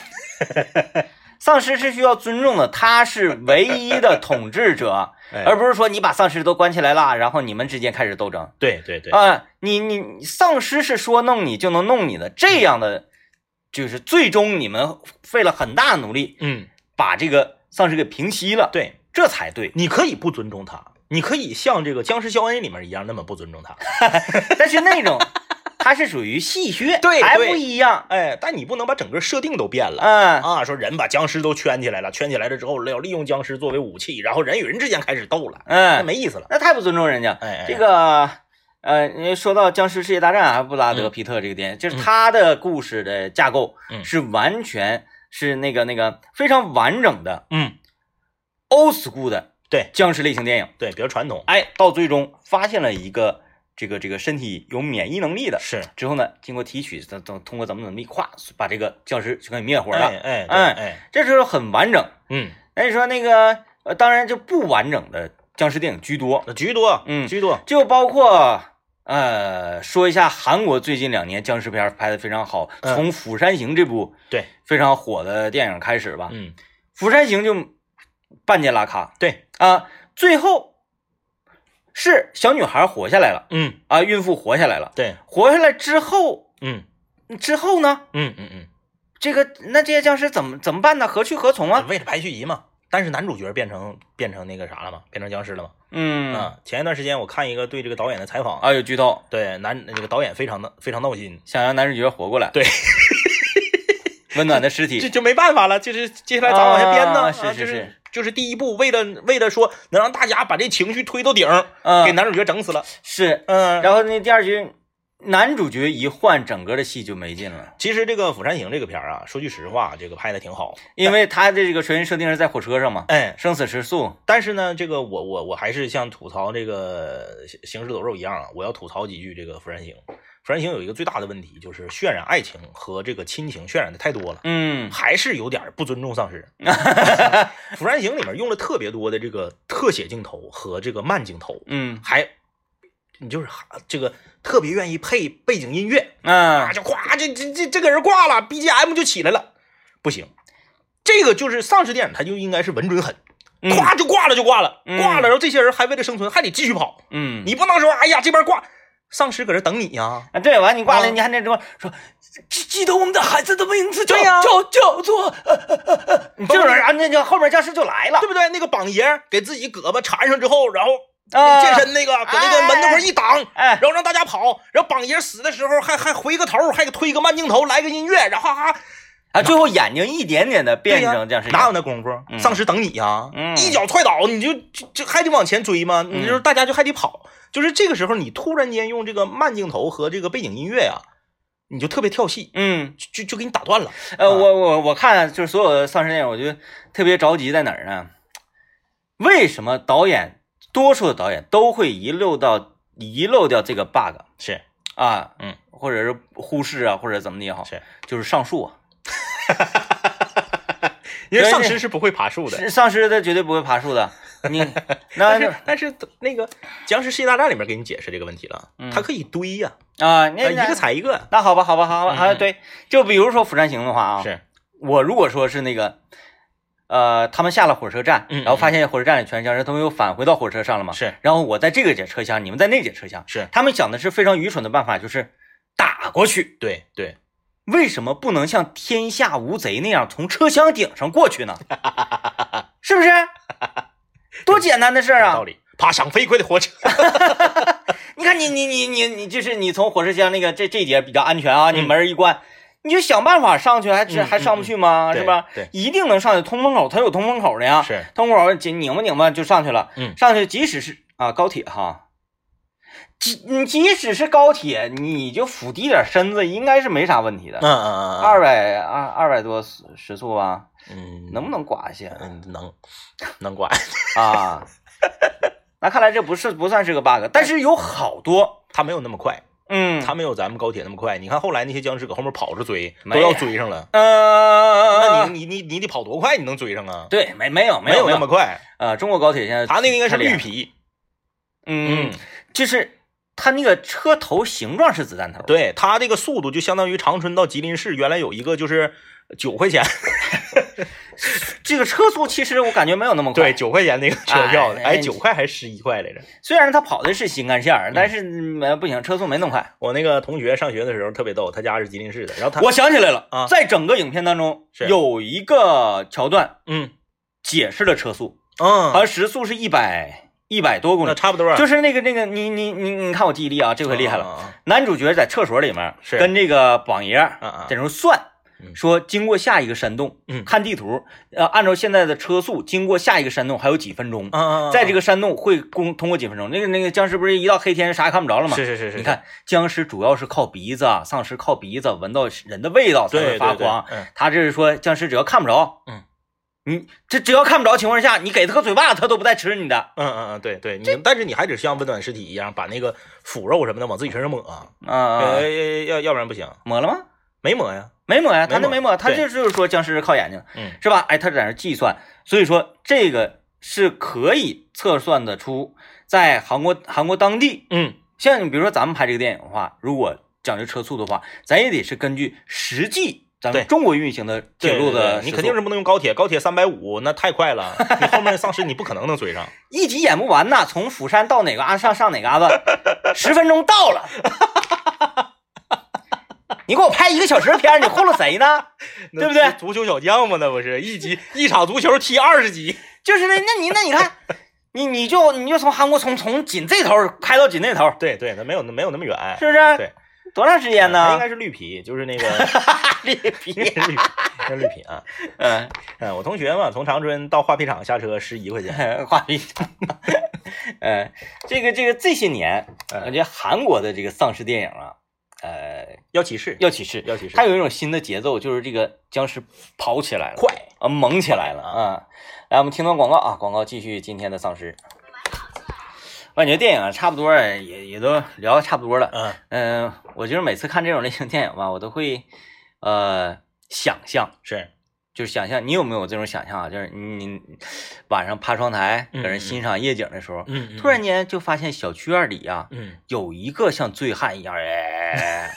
S1: (laughs) 丧尸是需要尊重的，他是唯一的统治者，
S2: 哎
S1: 而不是说你把丧尸都关起来了，然后你们之间开始斗争
S2: 对对对，
S1: 啊、你你丧尸是说弄你就能弄你的，这样的就是最终你们费了很大努力
S2: 嗯，
S1: 把这个丧尸给平息
S2: (laughs)
S1: 了，
S2: 对，
S1: 这才对。
S2: 你可以不尊重他，你可以像这个《僵尸肖恩》里面一样那么不尊重他，
S1: 但是那种它是属于戏谑，
S2: (laughs) 对
S1: 还
S2: 对
S1: 不一样。
S2: 哎，但你不能把整个设定都变了。 (laughs)
S1: 嗯，
S2: 啊，说人把僵尸都圈起来了，圈起来了之后要利用僵尸作为武器，然后人与人之间开始斗了，那
S1: 嗯，
S2: 没意思了。
S1: 那太不尊重人家。
S2: 哦哎哎
S1: 这个，呃，因为说到《僵尸世界大战》，阿啊布拉德·皮特这个电影，就是他的故事的架构
S2: 嗯
S1: 是完全是那个那个非常完整的
S2: 嗯，
S1: old school 的
S2: 对
S1: 僵尸类型电影。
S2: 对，比较传统。
S1: 哎，到最终发现了一个这个这个身体有免疫能力的，
S2: 是，
S1: 之后呢，经过提取，怎怎通过怎么怎么地，咵把这个僵尸就给灭活
S2: 哎
S1: 了。
S2: 哎
S1: 哎
S2: 对哎，
S1: 这时候很完整。
S2: 嗯，
S1: 那你说那个，呃，当然就不完整的僵尸电影居多，
S2: 那居多，
S1: 嗯
S2: 居多。
S1: 就包括呃，说一下韩国最近两年僵尸片儿拍的非常好，
S2: 嗯
S1: 从《釜山行》这部
S2: 对，
S1: 非常火的电影开始吧，
S2: 嗯，
S1: 釜山行》就半截拉咔
S2: 对，
S1: 啊，最后是小女孩活下来了
S2: 嗯，
S1: 啊，孕妇活下来了，
S2: 对，
S1: 活下来之后，
S2: 嗯
S1: 之后呢，
S2: 嗯嗯嗯
S1: 这个那这些僵尸怎么怎么办呢？何去何从
S2: 嗯，
S1: 啊？
S2: 为了排续集嘛。但是男主角变成变成那个啥了嘛，变成僵尸了嘛。
S1: 嗯，
S2: 啊，前一段时间我看一个对这个导演的采访，
S1: 啊，有剧透，
S2: 对男那个导演非常的非常闹心，
S1: 想让男主角活过来， (laughs)
S2: 对，
S1: 温暖的尸体，
S2: 这就没办法了，就是接下来咋往下编呢？
S1: 啊
S2: 啊
S1: 是是
S2: 就是就是第一步，为了为了说能让大家把这情绪推到顶儿，
S1: 嗯
S2: 给男主角整死了。
S1: 是
S2: 嗯，
S1: 然后那第二局，男主角一换，整个的戏就没劲了，
S2: 其实这个《釜山行》这个片儿啊，说句实话，这个拍的挺好。
S1: 因为他的这个全身设定是在火车上嘛，
S2: 哎，
S1: 生死时速，
S2: 但是呢，这个我我我还是像吐槽这个《行尸走肉》一样啊，我要吐槽几句这个《釜山行》。《釜山行》有一个最大的问题，就是渲染爱情和这个亲情渲染的太多了。
S1: 嗯
S2: 还是有点不尊重丧尸。《 (laughs) 釜山行》里面用了特别多的这个特写镜头和这个慢镜头，
S1: 嗯
S2: 还你就是哈这个特别愿意配背景音乐啊，
S1: 啊，
S2: 就咵，这这这这个人挂了，BGM 就起来了，不行，这个就是丧尸电影，它就应该是稳准狠，
S1: 嗯
S2: 咵就挂了就挂了，
S1: 嗯
S2: 挂了，然后这些人还为了生存还得继续跑，
S1: 嗯，
S2: 你不能说哎呀这边挂，丧尸搁这等你呀、
S1: 啊对，完你挂了，
S2: 啊
S1: 你还那什么说，记记得我们的孩子的名字叫
S2: 对呀嗯
S1: 叫叫做，呃呃呃呃你这
S2: 不
S1: 种
S2: 是
S1: 人啊，那就后面僵尸就来了
S2: 对不对？那个膀爷给自己胳膊缠上之后，然后
S1: 啊，
S2: 健，身那个，搁那个门那块儿一挡，
S1: 哎
S2: 然后让大家跑，然后榜爷死的时候还还回个头，还给推个慢镜头，来个音乐，然后哈哈，
S1: 啊，最后眼睛一点点的变
S2: 对呀
S1: 成僵尸，
S2: 哪有那功夫？
S1: 嗯
S2: 丧尸等你呀
S1: 嗯，
S2: 一脚踹倒你就就就还得往前追吗？你就是大家就还得跑，就是这个时候你突然间用这个慢镜头和这个背景音乐呀，你就特别跳戏，
S1: 嗯，
S2: 就就就给你打断了。
S1: 呃，
S2: 啊
S1: 我我我看就是所有的丧尸电影，我就特别着急在哪儿呢？为什么导演多数的导演都会遗漏到遗漏掉这个 bug
S2: 是
S1: 啊？
S2: 嗯，
S1: 或者是忽视啊，或者怎么的也好，
S2: 是，
S1: 就是上树啊。
S2: 因
S1: 对
S2: 为丧
S1: 那
S2: 尸是不会爬树的。
S1: 是丧尸他绝对不会爬树
S2: (laughs)
S1: 的，你那啊
S2: 但是但是那个《僵尸世界大战》里面给你解释这个问题了，
S1: 嗯
S2: 它可以堆呀，
S1: 啊，
S2: 呃
S1: 那
S2: 一
S1: 那
S2: 个踩一个，
S1: 那好吧，好吧，好吧，啊，
S2: 嗯嗯
S1: 对，就比如说《釜山行》的话啊，
S2: 是
S1: 我如果说是那个。呃，他们下了火车站，
S2: 嗯
S1: 然后发现火车站里全是僵尸，他们又返回到火车上了嘛？
S2: 是
S1: 然后我在这个节车厢，你们在那节车厢。
S2: 是，
S1: 他们想的是非常愚蠢的办法，就是打过去。
S2: 对对。
S1: 为什么不能像天下无贼那样从车厢顶上过去
S2: (laughs)
S1: 呢？是不是？多简单的事儿
S2: 有
S1: 啊
S2: 道！理。爬上飞快的火车，
S1: 你看你你你你你，就是你从火车厢那个这这一节比较安全啊，你门儿一关，你就想办法上去，还这
S2: 嗯
S1: 还上不去吗？
S2: 对
S1: 是吧？
S2: 对
S1: 一定能上去。通风口它有通风口的呀，
S2: 是
S1: 通风口紧拧吧拧吧就上去了。
S2: 嗯
S1: 上去即使是啊高铁哈，即你即使是高铁，你就俯地点身子，应该是没啥问题的。
S2: 嗯嗯嗯，
S1: 二百二二百多时时速吧，
S2: 嗯
S1: 能不能刮一些
S2: 嗯能能管，
S1: 啊？ (laughs) 那看来这不是不算是个 bug，但是有好多，
S2: (laughs) 他没有那么快，
S1: 嗯，
S2: 他没有咱们高铁那么快。你看后来那些僵尸搁后面跑着追，都
S1: 没
S2: 要追上了。
S1: 呃，
S2: (laughs) 那你你你你得跑多快，你能追上啊？
S1: 对没没有没
S2: 有
S1: 没
S2: 那
S1: 有，
S2: 么快，
S1: 呃，中国高铁现在
S2: (laughs) 他那个应该
S1: 太
S2: 是
S1: 厉害
S2: 绿
S1: 了，
S2: 皮，
S1: 嗯，，就是它那个车头形状是子弹头，
S2: 对，他这个速度就相当于长春到吉林市原来有一个就是九块 (laughs) 钱，
S1: 这个车速其实我感觉没有那么快，
S2: 对，九块钱那个车票，
S1: 哎
S2: 哎，
S1: 你
S2: 九块还是十一块来着？
S1: 虽然它跑的是新干线儿，但是
S2: 嗯
S1: 没不行，车速没那么快。
S2: 我那个同学上学的时候特别逗，他家是吉林市的，然后他
S1: 我想起来了
S2: 啊
S1: 在整个影片当中
S2: 是
S1: 有一个桥段
S2: 嗯
S1: 解释了车速，好
S2: 嗯，
S1: 像时速是一百一百多公
S2: 那
S1: 里，
S2: 差不多啊，
S1: 就是是那个那个你你你你看我记忆力啊，这回厉害了。
S2: 了，
S1: 男主角在厕所里面
S2: 是
S1: 跟这个榜爷
S2: 嗯嗯
S1: 在那儿算
S2: 嗯，
S1: 说经过下一个山洞，
S2: 嗯
S1: 看地图，呃，按照现在的车速，经过下一个山洞还有几分钟，
S2: 嗯嗯，
S1: 在这
S2: 个
S1: 个山洞会通通过几分钟。那个那个僵尸不是一到黑天啥也看不着了吗？
S2: 是是是是，
S1: 你看，僵尸主要是靠鼻子，啊，丧尸靠鼻子闻到人的味道才
S2: 对
S1: 会发光。，
S2: 对对嗯
S1: 他这是说，僵尸只要看不着，
S2: 嗯，
S1: 你这只要看不着情况下，你给他个嘴巴，他都不带吃你的
S2: 嗯嗯嗯，对对，你但是你还得像温暖尸体一样把那个腐肉什么的往自己身上抹啊，
S1: 啊。
S2: 呃要要不然不行，
S1: 抹了吗？
S2: 没抹呀，
S1: 没抹呀，他那
S2: 没
S1: 没
S2: 抹
S1: 抹，他
S2: 对
S1: 这就是说僵尸是靠眼睛，
S2: 嗯
S1: 是吧？哎，他在那计算，所以说这个是可以测算得出，在韩国韩国当地
S2: 嗯，
S1: 像你比如说咱们拍这个电影的话，如果讲究车速的话，咱也得是根据实际咱
S2: 对
S1: 们中国运行的铁
S2: 对
S1: 路
S2: 对
S1: 的
S2: 对你
S1: 时
S2: 肯定
S1: 速
S2: 是不能用高铁，高铁三百五那太快 (laughs) 了，你后面丧尸你不可能能追上。 (laughs)
S1: 一集演不完呐，从釜山到哪个啊上上哪嘎达，十分钟到了。 (laughs) 你给我拍一个小时的片儿，你糊弄谁呢？
S2: (laughs) 那
S1: 对不对
S2: 足足球小将嘛，那不是一集一场足球踢二十集，
S1: 就是那那你那你看，你你就你就从韩国从从紧这头开到紧那头，
S2: (laughs) 对对，那没有那没有那么远，
S1: 是不是？
S2: 对，呃
S1: 多长时间
S2: 它应
S1: 呢？
S2: 该是绿皮，就是那个 (laughs)
S1: (laughs) 绿
S2: 应
S1: 皮，
S2: 该是绿皮，应该是绿皮啊。
S1: 嗯，
S2: 嗯，我同学嘛，从长春到画皮厂下车十一块钱，
S1: 画皮厂，嗯，这个这个这些年，呃
S2: 嗯
S1: 感觉韩国的这个丧尸电影啊，呃，
S2: 要起市，
S1: 要起势，
S2: 要起市
S1: 它有一种新的节奏，就是这个僵尸跑起来了，
S2: 快，
S1: 啊，猛起来了啊！来，我们听段广告啊，广告继续今天的丧尸。我感觉电影啊差不多也也都聊得差不多了。
S2: 嗯
S1: 嗯、我就是每次看这种类型电影吧，我都会呃想象，
S2: 是，
S1: 就是想象你有没有这种想象啊？就是你你晚上爬窗台
S2: 嗯
S1: 搁人欣赏夜景的时候，
S2: 嗯
S1: 突然，间就发现小区院里啊
S2: 嗯
S1: 有一个像醉汉一样哎。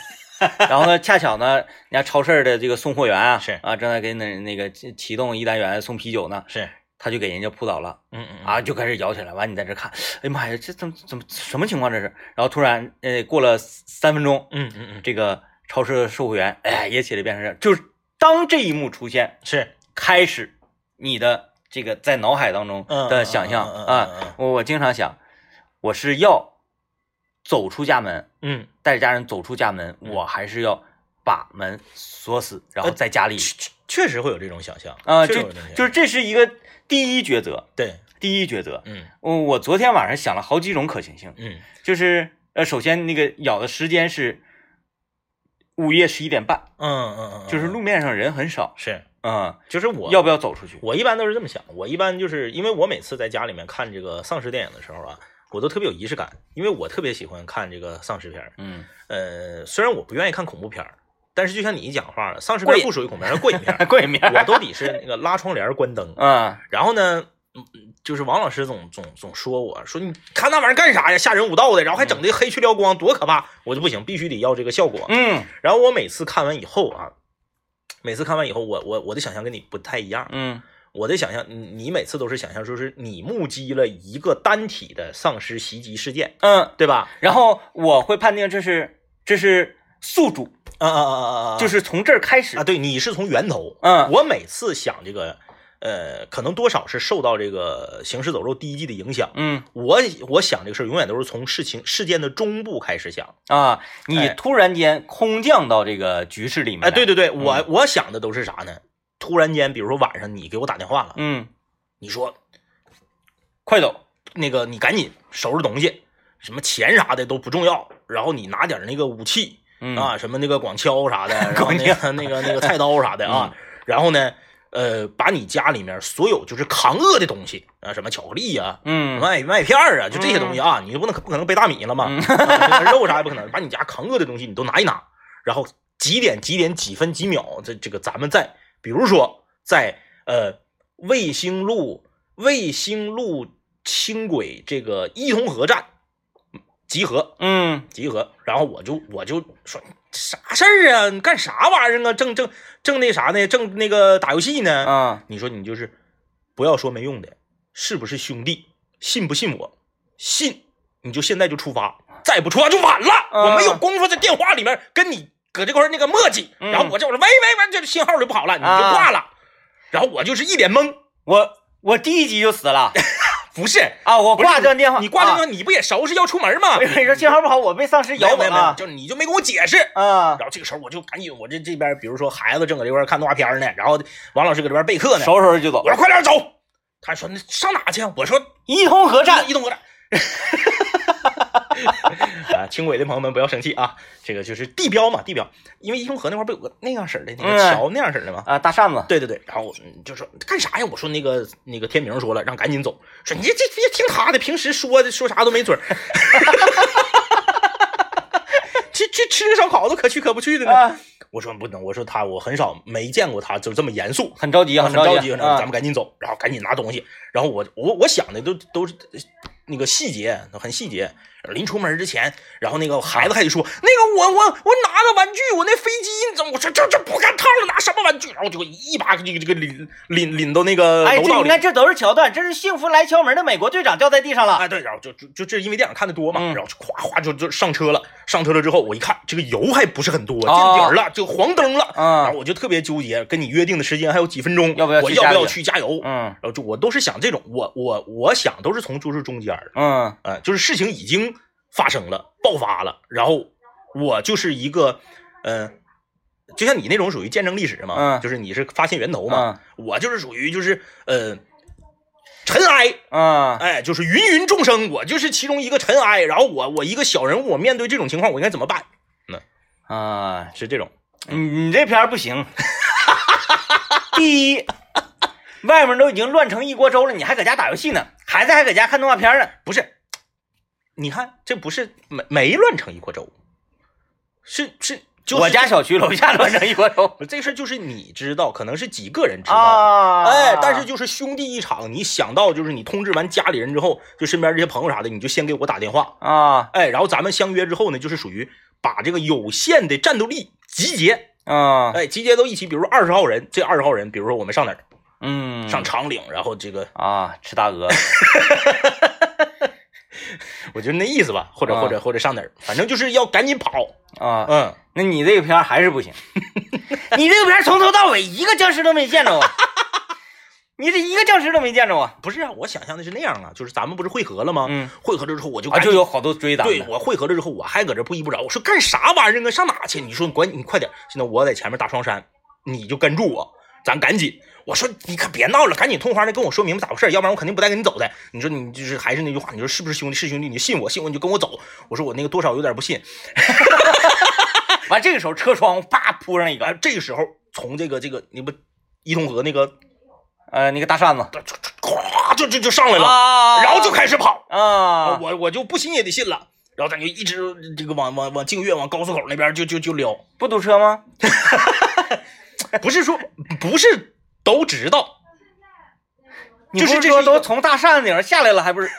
S1: (laughs) 然后呢，恰巧呢，人家超市的这个送货员啊，
S2: 是
S1: 啊，正在给那那个启启动一单元送啤酒呢，
S2: 是，
S1: 他就给人家扑倒了
S2: 嗯嗯啊，
S1: 啊，就开始摇起来。完，你在这看，哎呀妈呀，这怎么怎么什么情况这是？然后突然，呃，过了三分钟，
S2: 嗯嗯嗯，
S1: 这个超市的售货员，哎，也起来变成这样。就是当这一幕出现，
S2: 是，
S1: 开始你的这个在脑海当中
S2: 嗯
S1: 的想象
S2: 嗯嗯嗯嗯嗯嗯
S1: 啊，我我经常想，我是要走出家门，
S2: 嗯，
S1: 带着家人走出家门，
S2: 嗯呃
S1: 我还是要把门锁死，然后在家里
S2: 确确实会有这种想象
S1: 啊，
S2: 确实
S1: 就
S2: 会有这种想象
S1: 就是这是一个第一抉择，
S2: 对，
S1: 第一抉择。
S2: 嗯
S1: 我我昨天晚上想了好几种可行性，
S2: 嗯
S1: 就是呃，首先那个咬的时间是午夜十一点半，
S2: 嗯嗯嗯，
S1: 就是
S2: 嗯
S1: 路面上人很少，
S2: 是，
S1: 嗯，
S2: 就是我
S1: 要不要走出去？
S2: 我一般都是这么想，我一般就是因为我每次在家里面看这个丧尸电影的时候啊，我都特别有仪式感，因为我特别喜欢看这个丧尸片儿。
S1: 嗯， (laughs)
S2: 呃，虽然我不愿意看恐怖片儿，但是就像你一讲话了，丧尸
S1: 过
S2: 片
S1: 瘾
S2: 不属于恐怖片儿，过瘾 (laughs) 片儿，
S1: 过一面，
S2: 我都得是那个拉窗帘儿关灯。
S1: 嗯，
S2: 然后呢，嗯嗯就是王老师总总总说我说你看那玩意儿干啥呀，吓人五道的，然后还整的黑去撩光，多可怕！我就不行，必须得要这个效果。
S1: 嗯
S2: 然后我每次看完以后啊，每次看完以后，我我我的想象跟你不太一样。
S1: 嗯
S2: 我的想象，你你每次都是想象，说是你目击了一个单体的丧尸袭击事件，
S1: 嗯，
S2: 对吧？
S1: 然后我会判定这是这是宿主，
S2: 啊啊啊啊啊
S1: 就
S2: 就
S1: 是是从这儿开始
S2: 啊，，对，你是从源头。
S1: 嗯
S2: 我每次想这个，呃，可能多少是受到这个《行尸走肉》第一季的影响。
S1: 嗯
S2: 我我想这个事儿，永远都是从事情事件的中部开始想。
S1: 啊，你
S2: 哎
S1: 突然间空降到这个局势里面，
S2: 哎，对，对对，
S1: 嗯
S2: 我我想的都是啥呢？突然间，比如说晚上你给我打电话了，
S1: 嗯，
S2: 你说
S1: 快走，
S2: 那个你赶紧收拾东西，什么钱啥的都不重要，然后你拿点那个武器
S1: 嗯
S2: 啊，什么那个广锹啥
S1: (laughs)
S2: 的，然后
S1: 广嗯
S2: 那个那个那个菜刀啥的啊，然后呢，呃，把你家里面所有就是扛饿的东西啊，什么巧克力呀、
S1: 嗯
S2: 麦麦片儿啊，就这些东西啊，你就不能不可能背大米了嘛，
S1: 嗯
S2: 啊这个肉啥也不可能，把你家扛饿的东西你都拿一拿，然后几点几点几分几秒，这这个咱们在，比如说在呃卫星路卫星路轻轨这个伊通河站集合
S1: 嗯
S2: 集合，然后我就我就说啥事儿啊，你干啥玩意儿啊，正正正那啥呢，正那个打游戏呢，
S1: 啊，
S2: 你说你就是不要说没用的，是不是兄弟？信不信我？信你就现在就出发，再不出发就晚了。
S1: 嗯
S2: 我没有功夫在电话里面跟你搁这块儿那个磨叽，
S1: 嗯啊
S2: 然后我这我说喂喂喂，这信号就不好了，你就挂了。然后我就是一脸懵，
S1: 我我第一集就死
S2: (laughs)
S1: 了
S2: 不是
S1: 啊！我
S2: 不是
S1: 挂这段电话，
S2: 你挂这
S1: 啊
S2: 电话、你不也收拾要出门吗？
S1: 我以 (laughs) 为你说信号不好，我被丧尸咬
S2: 没
S1: 我
S2: 有没有，
S1: 了
S2: 就你就没跟我解释。
S1: 啊！
S2: 然后这个时候我就赶紧，我这这边比如说孩子正搁这块儿看动画片呢，然后王老师搁这边备课呢，
S1: 收拾收拾就走
S2: 我。说快点走。他说那上哪去啊？我说
S1: 伊通河站，
S2: 移动过来。啊，轻轨的朋友们不要生气啊，这个就是地标嘛，地标，因为伊通河那块儿不有个那样式儿的那个
S1: 嗯
S2: 桥那样式儿的吗？
S1: 啊，大扇子，
S2: 对对对，然后我嗯就说干啥呀？我说那个那个天明说了，让赶紧走，说你这这别听他的，平时说的说啥都没准儿。去去吃个烧烤都可去可不去的呢。
S1: 啊，
S2: 我说不能，我说他我很少没见过他就这么严肃，
S1: 很着急，
S2: 很
S1: 着
S2: 急，
S1: 啊
S2: 很着急咱们赶紧走，然后赶紧拿东西。然后我我我想的都都是呃那个细节，很细节。临出门之前，然后那个孩子还得说，那个我我我拿个玩具，我那飞机你怎么？我说这这不干套了，拿什么玩具？然后就一把这个这个领领领到那个
S1: 哎，
S2: 楼
S1: 这
S2: 道
S1: 你
S2: 里。
S1: 看，这都是桥段，这是《幸福来敲门》的美国队长掉在地上了。
S2: 哎，对，然后就就就这因为电影看的多嘛，
S1: 嗯
S2: 然后就夸夸就就上车了。上车了之后，我一看这个油还不是很多，见
S1: 哦
S2: 底儿了，就黄灯了。
S1: 嗯
S2: 啊然后我就特别纠结，跟你约定的时间还有几分钟，
S1: 要不要
S2: 我
S1: 去
S2: 要
S1: 加
S2: 不要
S1: 油
S2: 去加油？
S1: 嗯
S2: 然后呃就我都是想这种，我我我想都是从就是中间儿，
S1: 嗯
S2: 呃，就是事情已经发生了，爆发了，然后我就是一个，呃，就像你那种属于见证历史嘛，
S1: 嗯
S2: 就是你是发现源头嘛，我就是属于就是呃尘埃，
S1: 嗯
S2: 哎，就是芸芸众生，我就是其中一个尘埃，然后我我一个小人物，我面对这种情况，我应该怎么办？
S1: 啊，
S2: 是这种，
S1: 你你这片儿不行。 (laughs) 第一，外面都已经乱成一锅粥了，你还搁家打游戏呢，孩子还搁家看动画片呢。
S2: 不是，你看这不是没没乱成一锅粥，是是。就是
S1: 我家小区
S2: (laughs)
S1: 楼下乱成一锅粥
S2: 不是这事儿就是你知道，可能是几个人知道，
S1: 啊！
S2: 哎，但是就是兄弟一场，你想到就是你通知完家里人之后，就身边这些朋友啥的，你就先给我打电话，
S1: 啊
S2: 哎，然后咱们相约之后呢，就是属于把这个有限的战斗力集结，
S1: 啊
S2: 哎，集结到一起，比如说二十号人，这二十号人，比如说我们上哪儿，
S1: 嗯
S2: 上长岭，然后这个
S1: 啊吃大鹅
S2: 我就那意思吧，或者
S1: 啊
S2: 或者或者上哪儿，反正就是要赶紧跑，
S1: 啊，
S2: 嗯，
S1: 那你这个片儿还是不
S2: (laughs)
S1: 行，你这个片儿从头到尾一个僵尸都没见
S2: (laughs)
S1: 着啊，你这一个僵尸都没见着啊，
S2: 不是啊，我想象的是那样啊，就是咱们不是汇合了吗？
S1: 嗯，
S2: 汇合了之后我就
S1: 啊
S2: 赶紧
S1: 就有好多追咱们
S2: 对
S1: 的，
S2: 我汇合了之后，我还搁这不依不饶，我说干啥玩意儿啊？上哪去？你说你管你快点！现在我在前面打双山，你就跟住我，咱赶紧。我说你可别闹了，赶紧痛快的跟我说明白咋回事，要不然我肯定不带跟你走的。你说你就是还是那句话，你说是不是兄弟？是兄弟，你信我，信我你就跟我走。我说我那个多少有点不信。
S1: 完这个时候车窗户啪扑上一
S2: 然
S1: 个，
S2: 后哎这个时候从这个这个你不伊通河那个
S1: 呃，那个大扇子
S2: 咵就就就上来了，
S1: 啊
S2: 然后就开始跑。
S1: 啊，
S2: 我我就不信也得信了。然后咱就一直这个往往往净月往高速口那边就就就撩，
S1: 不堵车吗？
S2: 不是说不是都知道，
S1: 你
S2: 就
S1: 不是
S2: 是这
S1: 说
S2: 是一个
S1: 都从大扇子顶上下来了，还不是？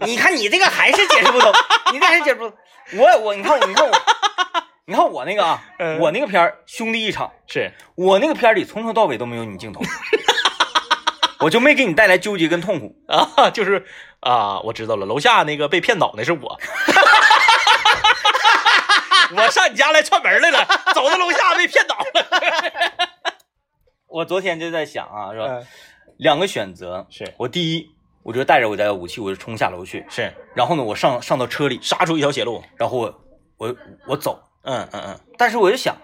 S1: 你看你这个还是解释不通，你这还是解释不通。我我你看我你看我，你看我那个啊，
S2: 嗯
S1: 我那个片儿兄弟一场，
S2: (laughs) 是
S1: 我那个片儿里从头到尾都没有你镜头，我就没给你带来纠结跟痛苦。
S2: 啊，就是啊，我知道了，楼下那个被骗倒那是我， (laughs) 我上你家来串门来了，走到楼下被骗倒了，
S1: 我昨天就在想啊，是吧？
S2: 嗯
S1: 两个选择，
S2: 是
S1: 我第一，我就带着我家的武器，我就冲下楼去，
S2: 是，
S1: 然后呢，我上上到车里，
S2: 杀出一条血路，
S1: 然后我我我走，
S2: 嗯嗯嗯，
S1: 但是我就想，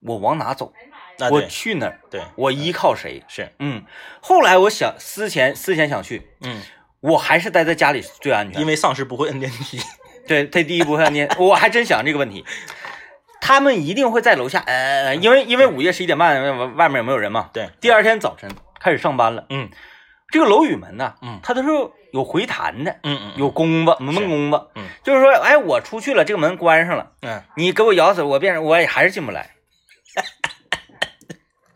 S1: 我往哪走？
S2: 那
S1: 我
S2: 对
S1: 去哪儿？
S2: 对
S1: 我依靠谁？
S2: 是，
S1: 嗯，后来我想思前思前想去，
S2: 嗯
S1: 我还是待在家里最安全。
S2: 因为丧尸不会摁电梯。
S1: 对，他第一部
S2: (laughs)
S1: 分你，我还真想这个问题，他们一定会在楼下，呃，因为因为午夜十一点半呃外外面有没有人嘛？
S2: 对，
S1: 第二天早晨开始上班了，
S2: 嗯
S1: 这个楼宇门呢，
S2: 嗯
S1: 它都是有回弹的，
S2: 嗯嗯，
S1: 有弓子，门弓子，
S2: 嗯
S1: 就是说，哎，我出去了，这个门关上了，
S2: 嗯
S1: 你给我咬死，我变成我也还是进不
S2: (laughs)
S1: 来。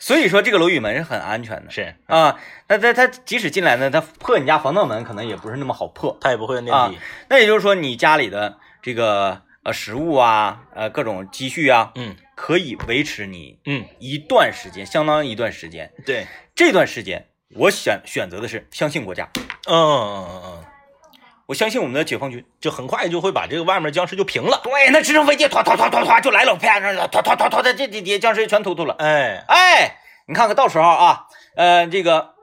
S1: 所以说，这个楼宇门是很安全的
S2: 是，
S1: 啊。那他他即使进来呢，他破你家防盗门可能也不是那么好破。
S2: 他也不会摁电
S1: 啊
S2: 梯。
S1: 那也就是说，你家里的这个呃食物啊，呃各种积蓄啊，
S2: 嗯
S1: 可以维持你
S2: 嗯，
S1: 一段时间，相当一段时间。
S2: 对，
S1: 这段时间，我选选择的是相信国家，
S2: 嗯嗯嗯嗯，
S1: 我相信我们的解放军。
S2: 就很快就会把这个外面僵尸就平了。
S1: 对，那直升飞机唰唰唰唰唰就来了，啪，那唰唰唰唰的，这这这僵尸全突突了。
S2: 哎，
S1: 哎，你看看到时候啊，呃，这个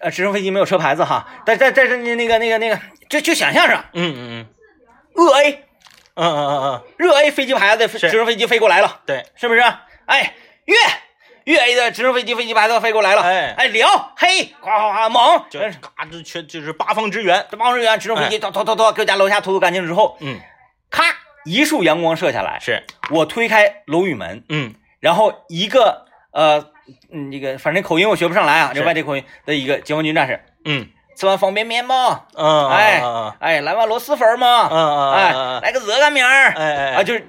S1: 呃直升飞机没有车牌子哈，但但但是那那个那个那个，就就想象上，
S2: 嗯嗯
S1: 鄂 A
S2: 嗯嗯嗯嗯嗯，
S1: 热 A 飞机牌子的直升飞机飞过来了。
S2: 对，
S1: 是不是？哎，越越 A 的直升飞机飞机牌子飞过来了，
S2: 哎
S1: 哎，辽黑，哗哗哗，猛，
S2: 就哎
S1: 这
S2: 嘎就全就是八方支援。
S1: 这帮人员直升飞机突突突突给我家楼下突突干净之后，
S2: 嗯，
S1: 咔，一束阳光射下来，
S2: 是，
S1: 我推开楼宇门，
S2: 嗯
S1: 然后一个呃，嗯，这个反正口音我学不上来啊，
S2: 是
S1: 这外地口音的一个解放军战士，
S2: 嗯
S1: 吃完方便面吗？
S2: 嗯，
S1: 哎
S2: 嗯
S1: 哎，来碗螺蛳粉吗？
S2: 嗯
S1: 哎，
S2: 哎
S1: 来个热干面儿，
S2: 哎哎
S1: 啊，就是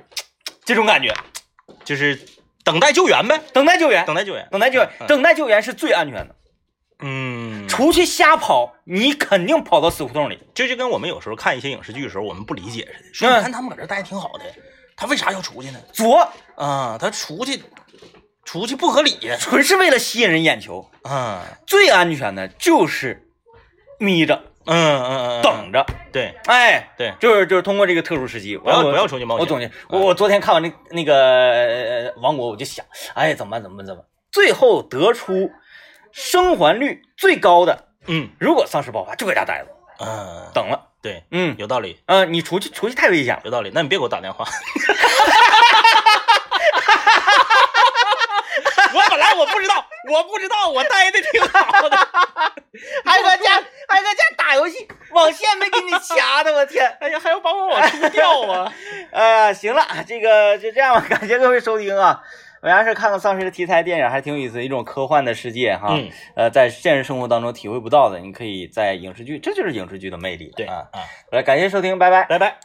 S1: 这种感觉，
S2: 就是等待救援呗，
S1: 等待救援，
S2: 等待救援。
S1: 等待救援，
S2: 嗯
S1: 等待救援是最安全的。
S2: 嗯，
S1: 出去瞎跑，你肯定跑到死胡同里。
S2: 这就跟我们有时候看一些影视剧的时候，我们不理解似的。说你看他们搁这待挺好的，他为啥要出去呢？
S1: 左
S2: 啊，他出去，出去不合理呀。
S1: 纯是为了吸引人眼球，
S2: 嗯
S1: 最安全的就是眯着
S2: 嗯嗯嗯，
S1: 等着。
S2: 对
S1: 哎，
S2: 对，
S1: 就是就是通过这个特殊时期，
S2: 不要
S1: 我
S2: 不要出去冒险嗯
S1: 我总结，我我昨天看完那那个呃王国，我就想，哎，怎么办？怎么办？怎么办？最后得出生还率最高的，
S2: 嗯
S1: 如果丧尸爆发，就搁家待着，
S2: 嗯，
S1: 等了。
S2: 对，
S1: 嗯，
S2: 有道理。
S1: 呃，你出去出去太危险了。
S2: 有道理，那你别给我打电话。 (laughs) 我本来我不知道，我不知道，我待的挺 (laughs) 好的。
S1: 还搁家还搁家打游戏，网线没给你掐的，我天！
S2: (laughs) 哎呀，还要把我往出掉
S1: (laughs)
S2: 啊！
S1: 呃，行了，这个就这样吧，感谢各位收听啊。我要是看看丧尸的题材电影，还挺有意思，一种科幻的世界哈。
S2: 嗯，
S1: 呃，在现实生活当中体会不到的，你可以在影视剧，这就是影视剧的魅力。
S2: 对
S1: 啊，
S2: 啊，
S1: 好了，感谢收听，拜拜。
S2: 拜拜。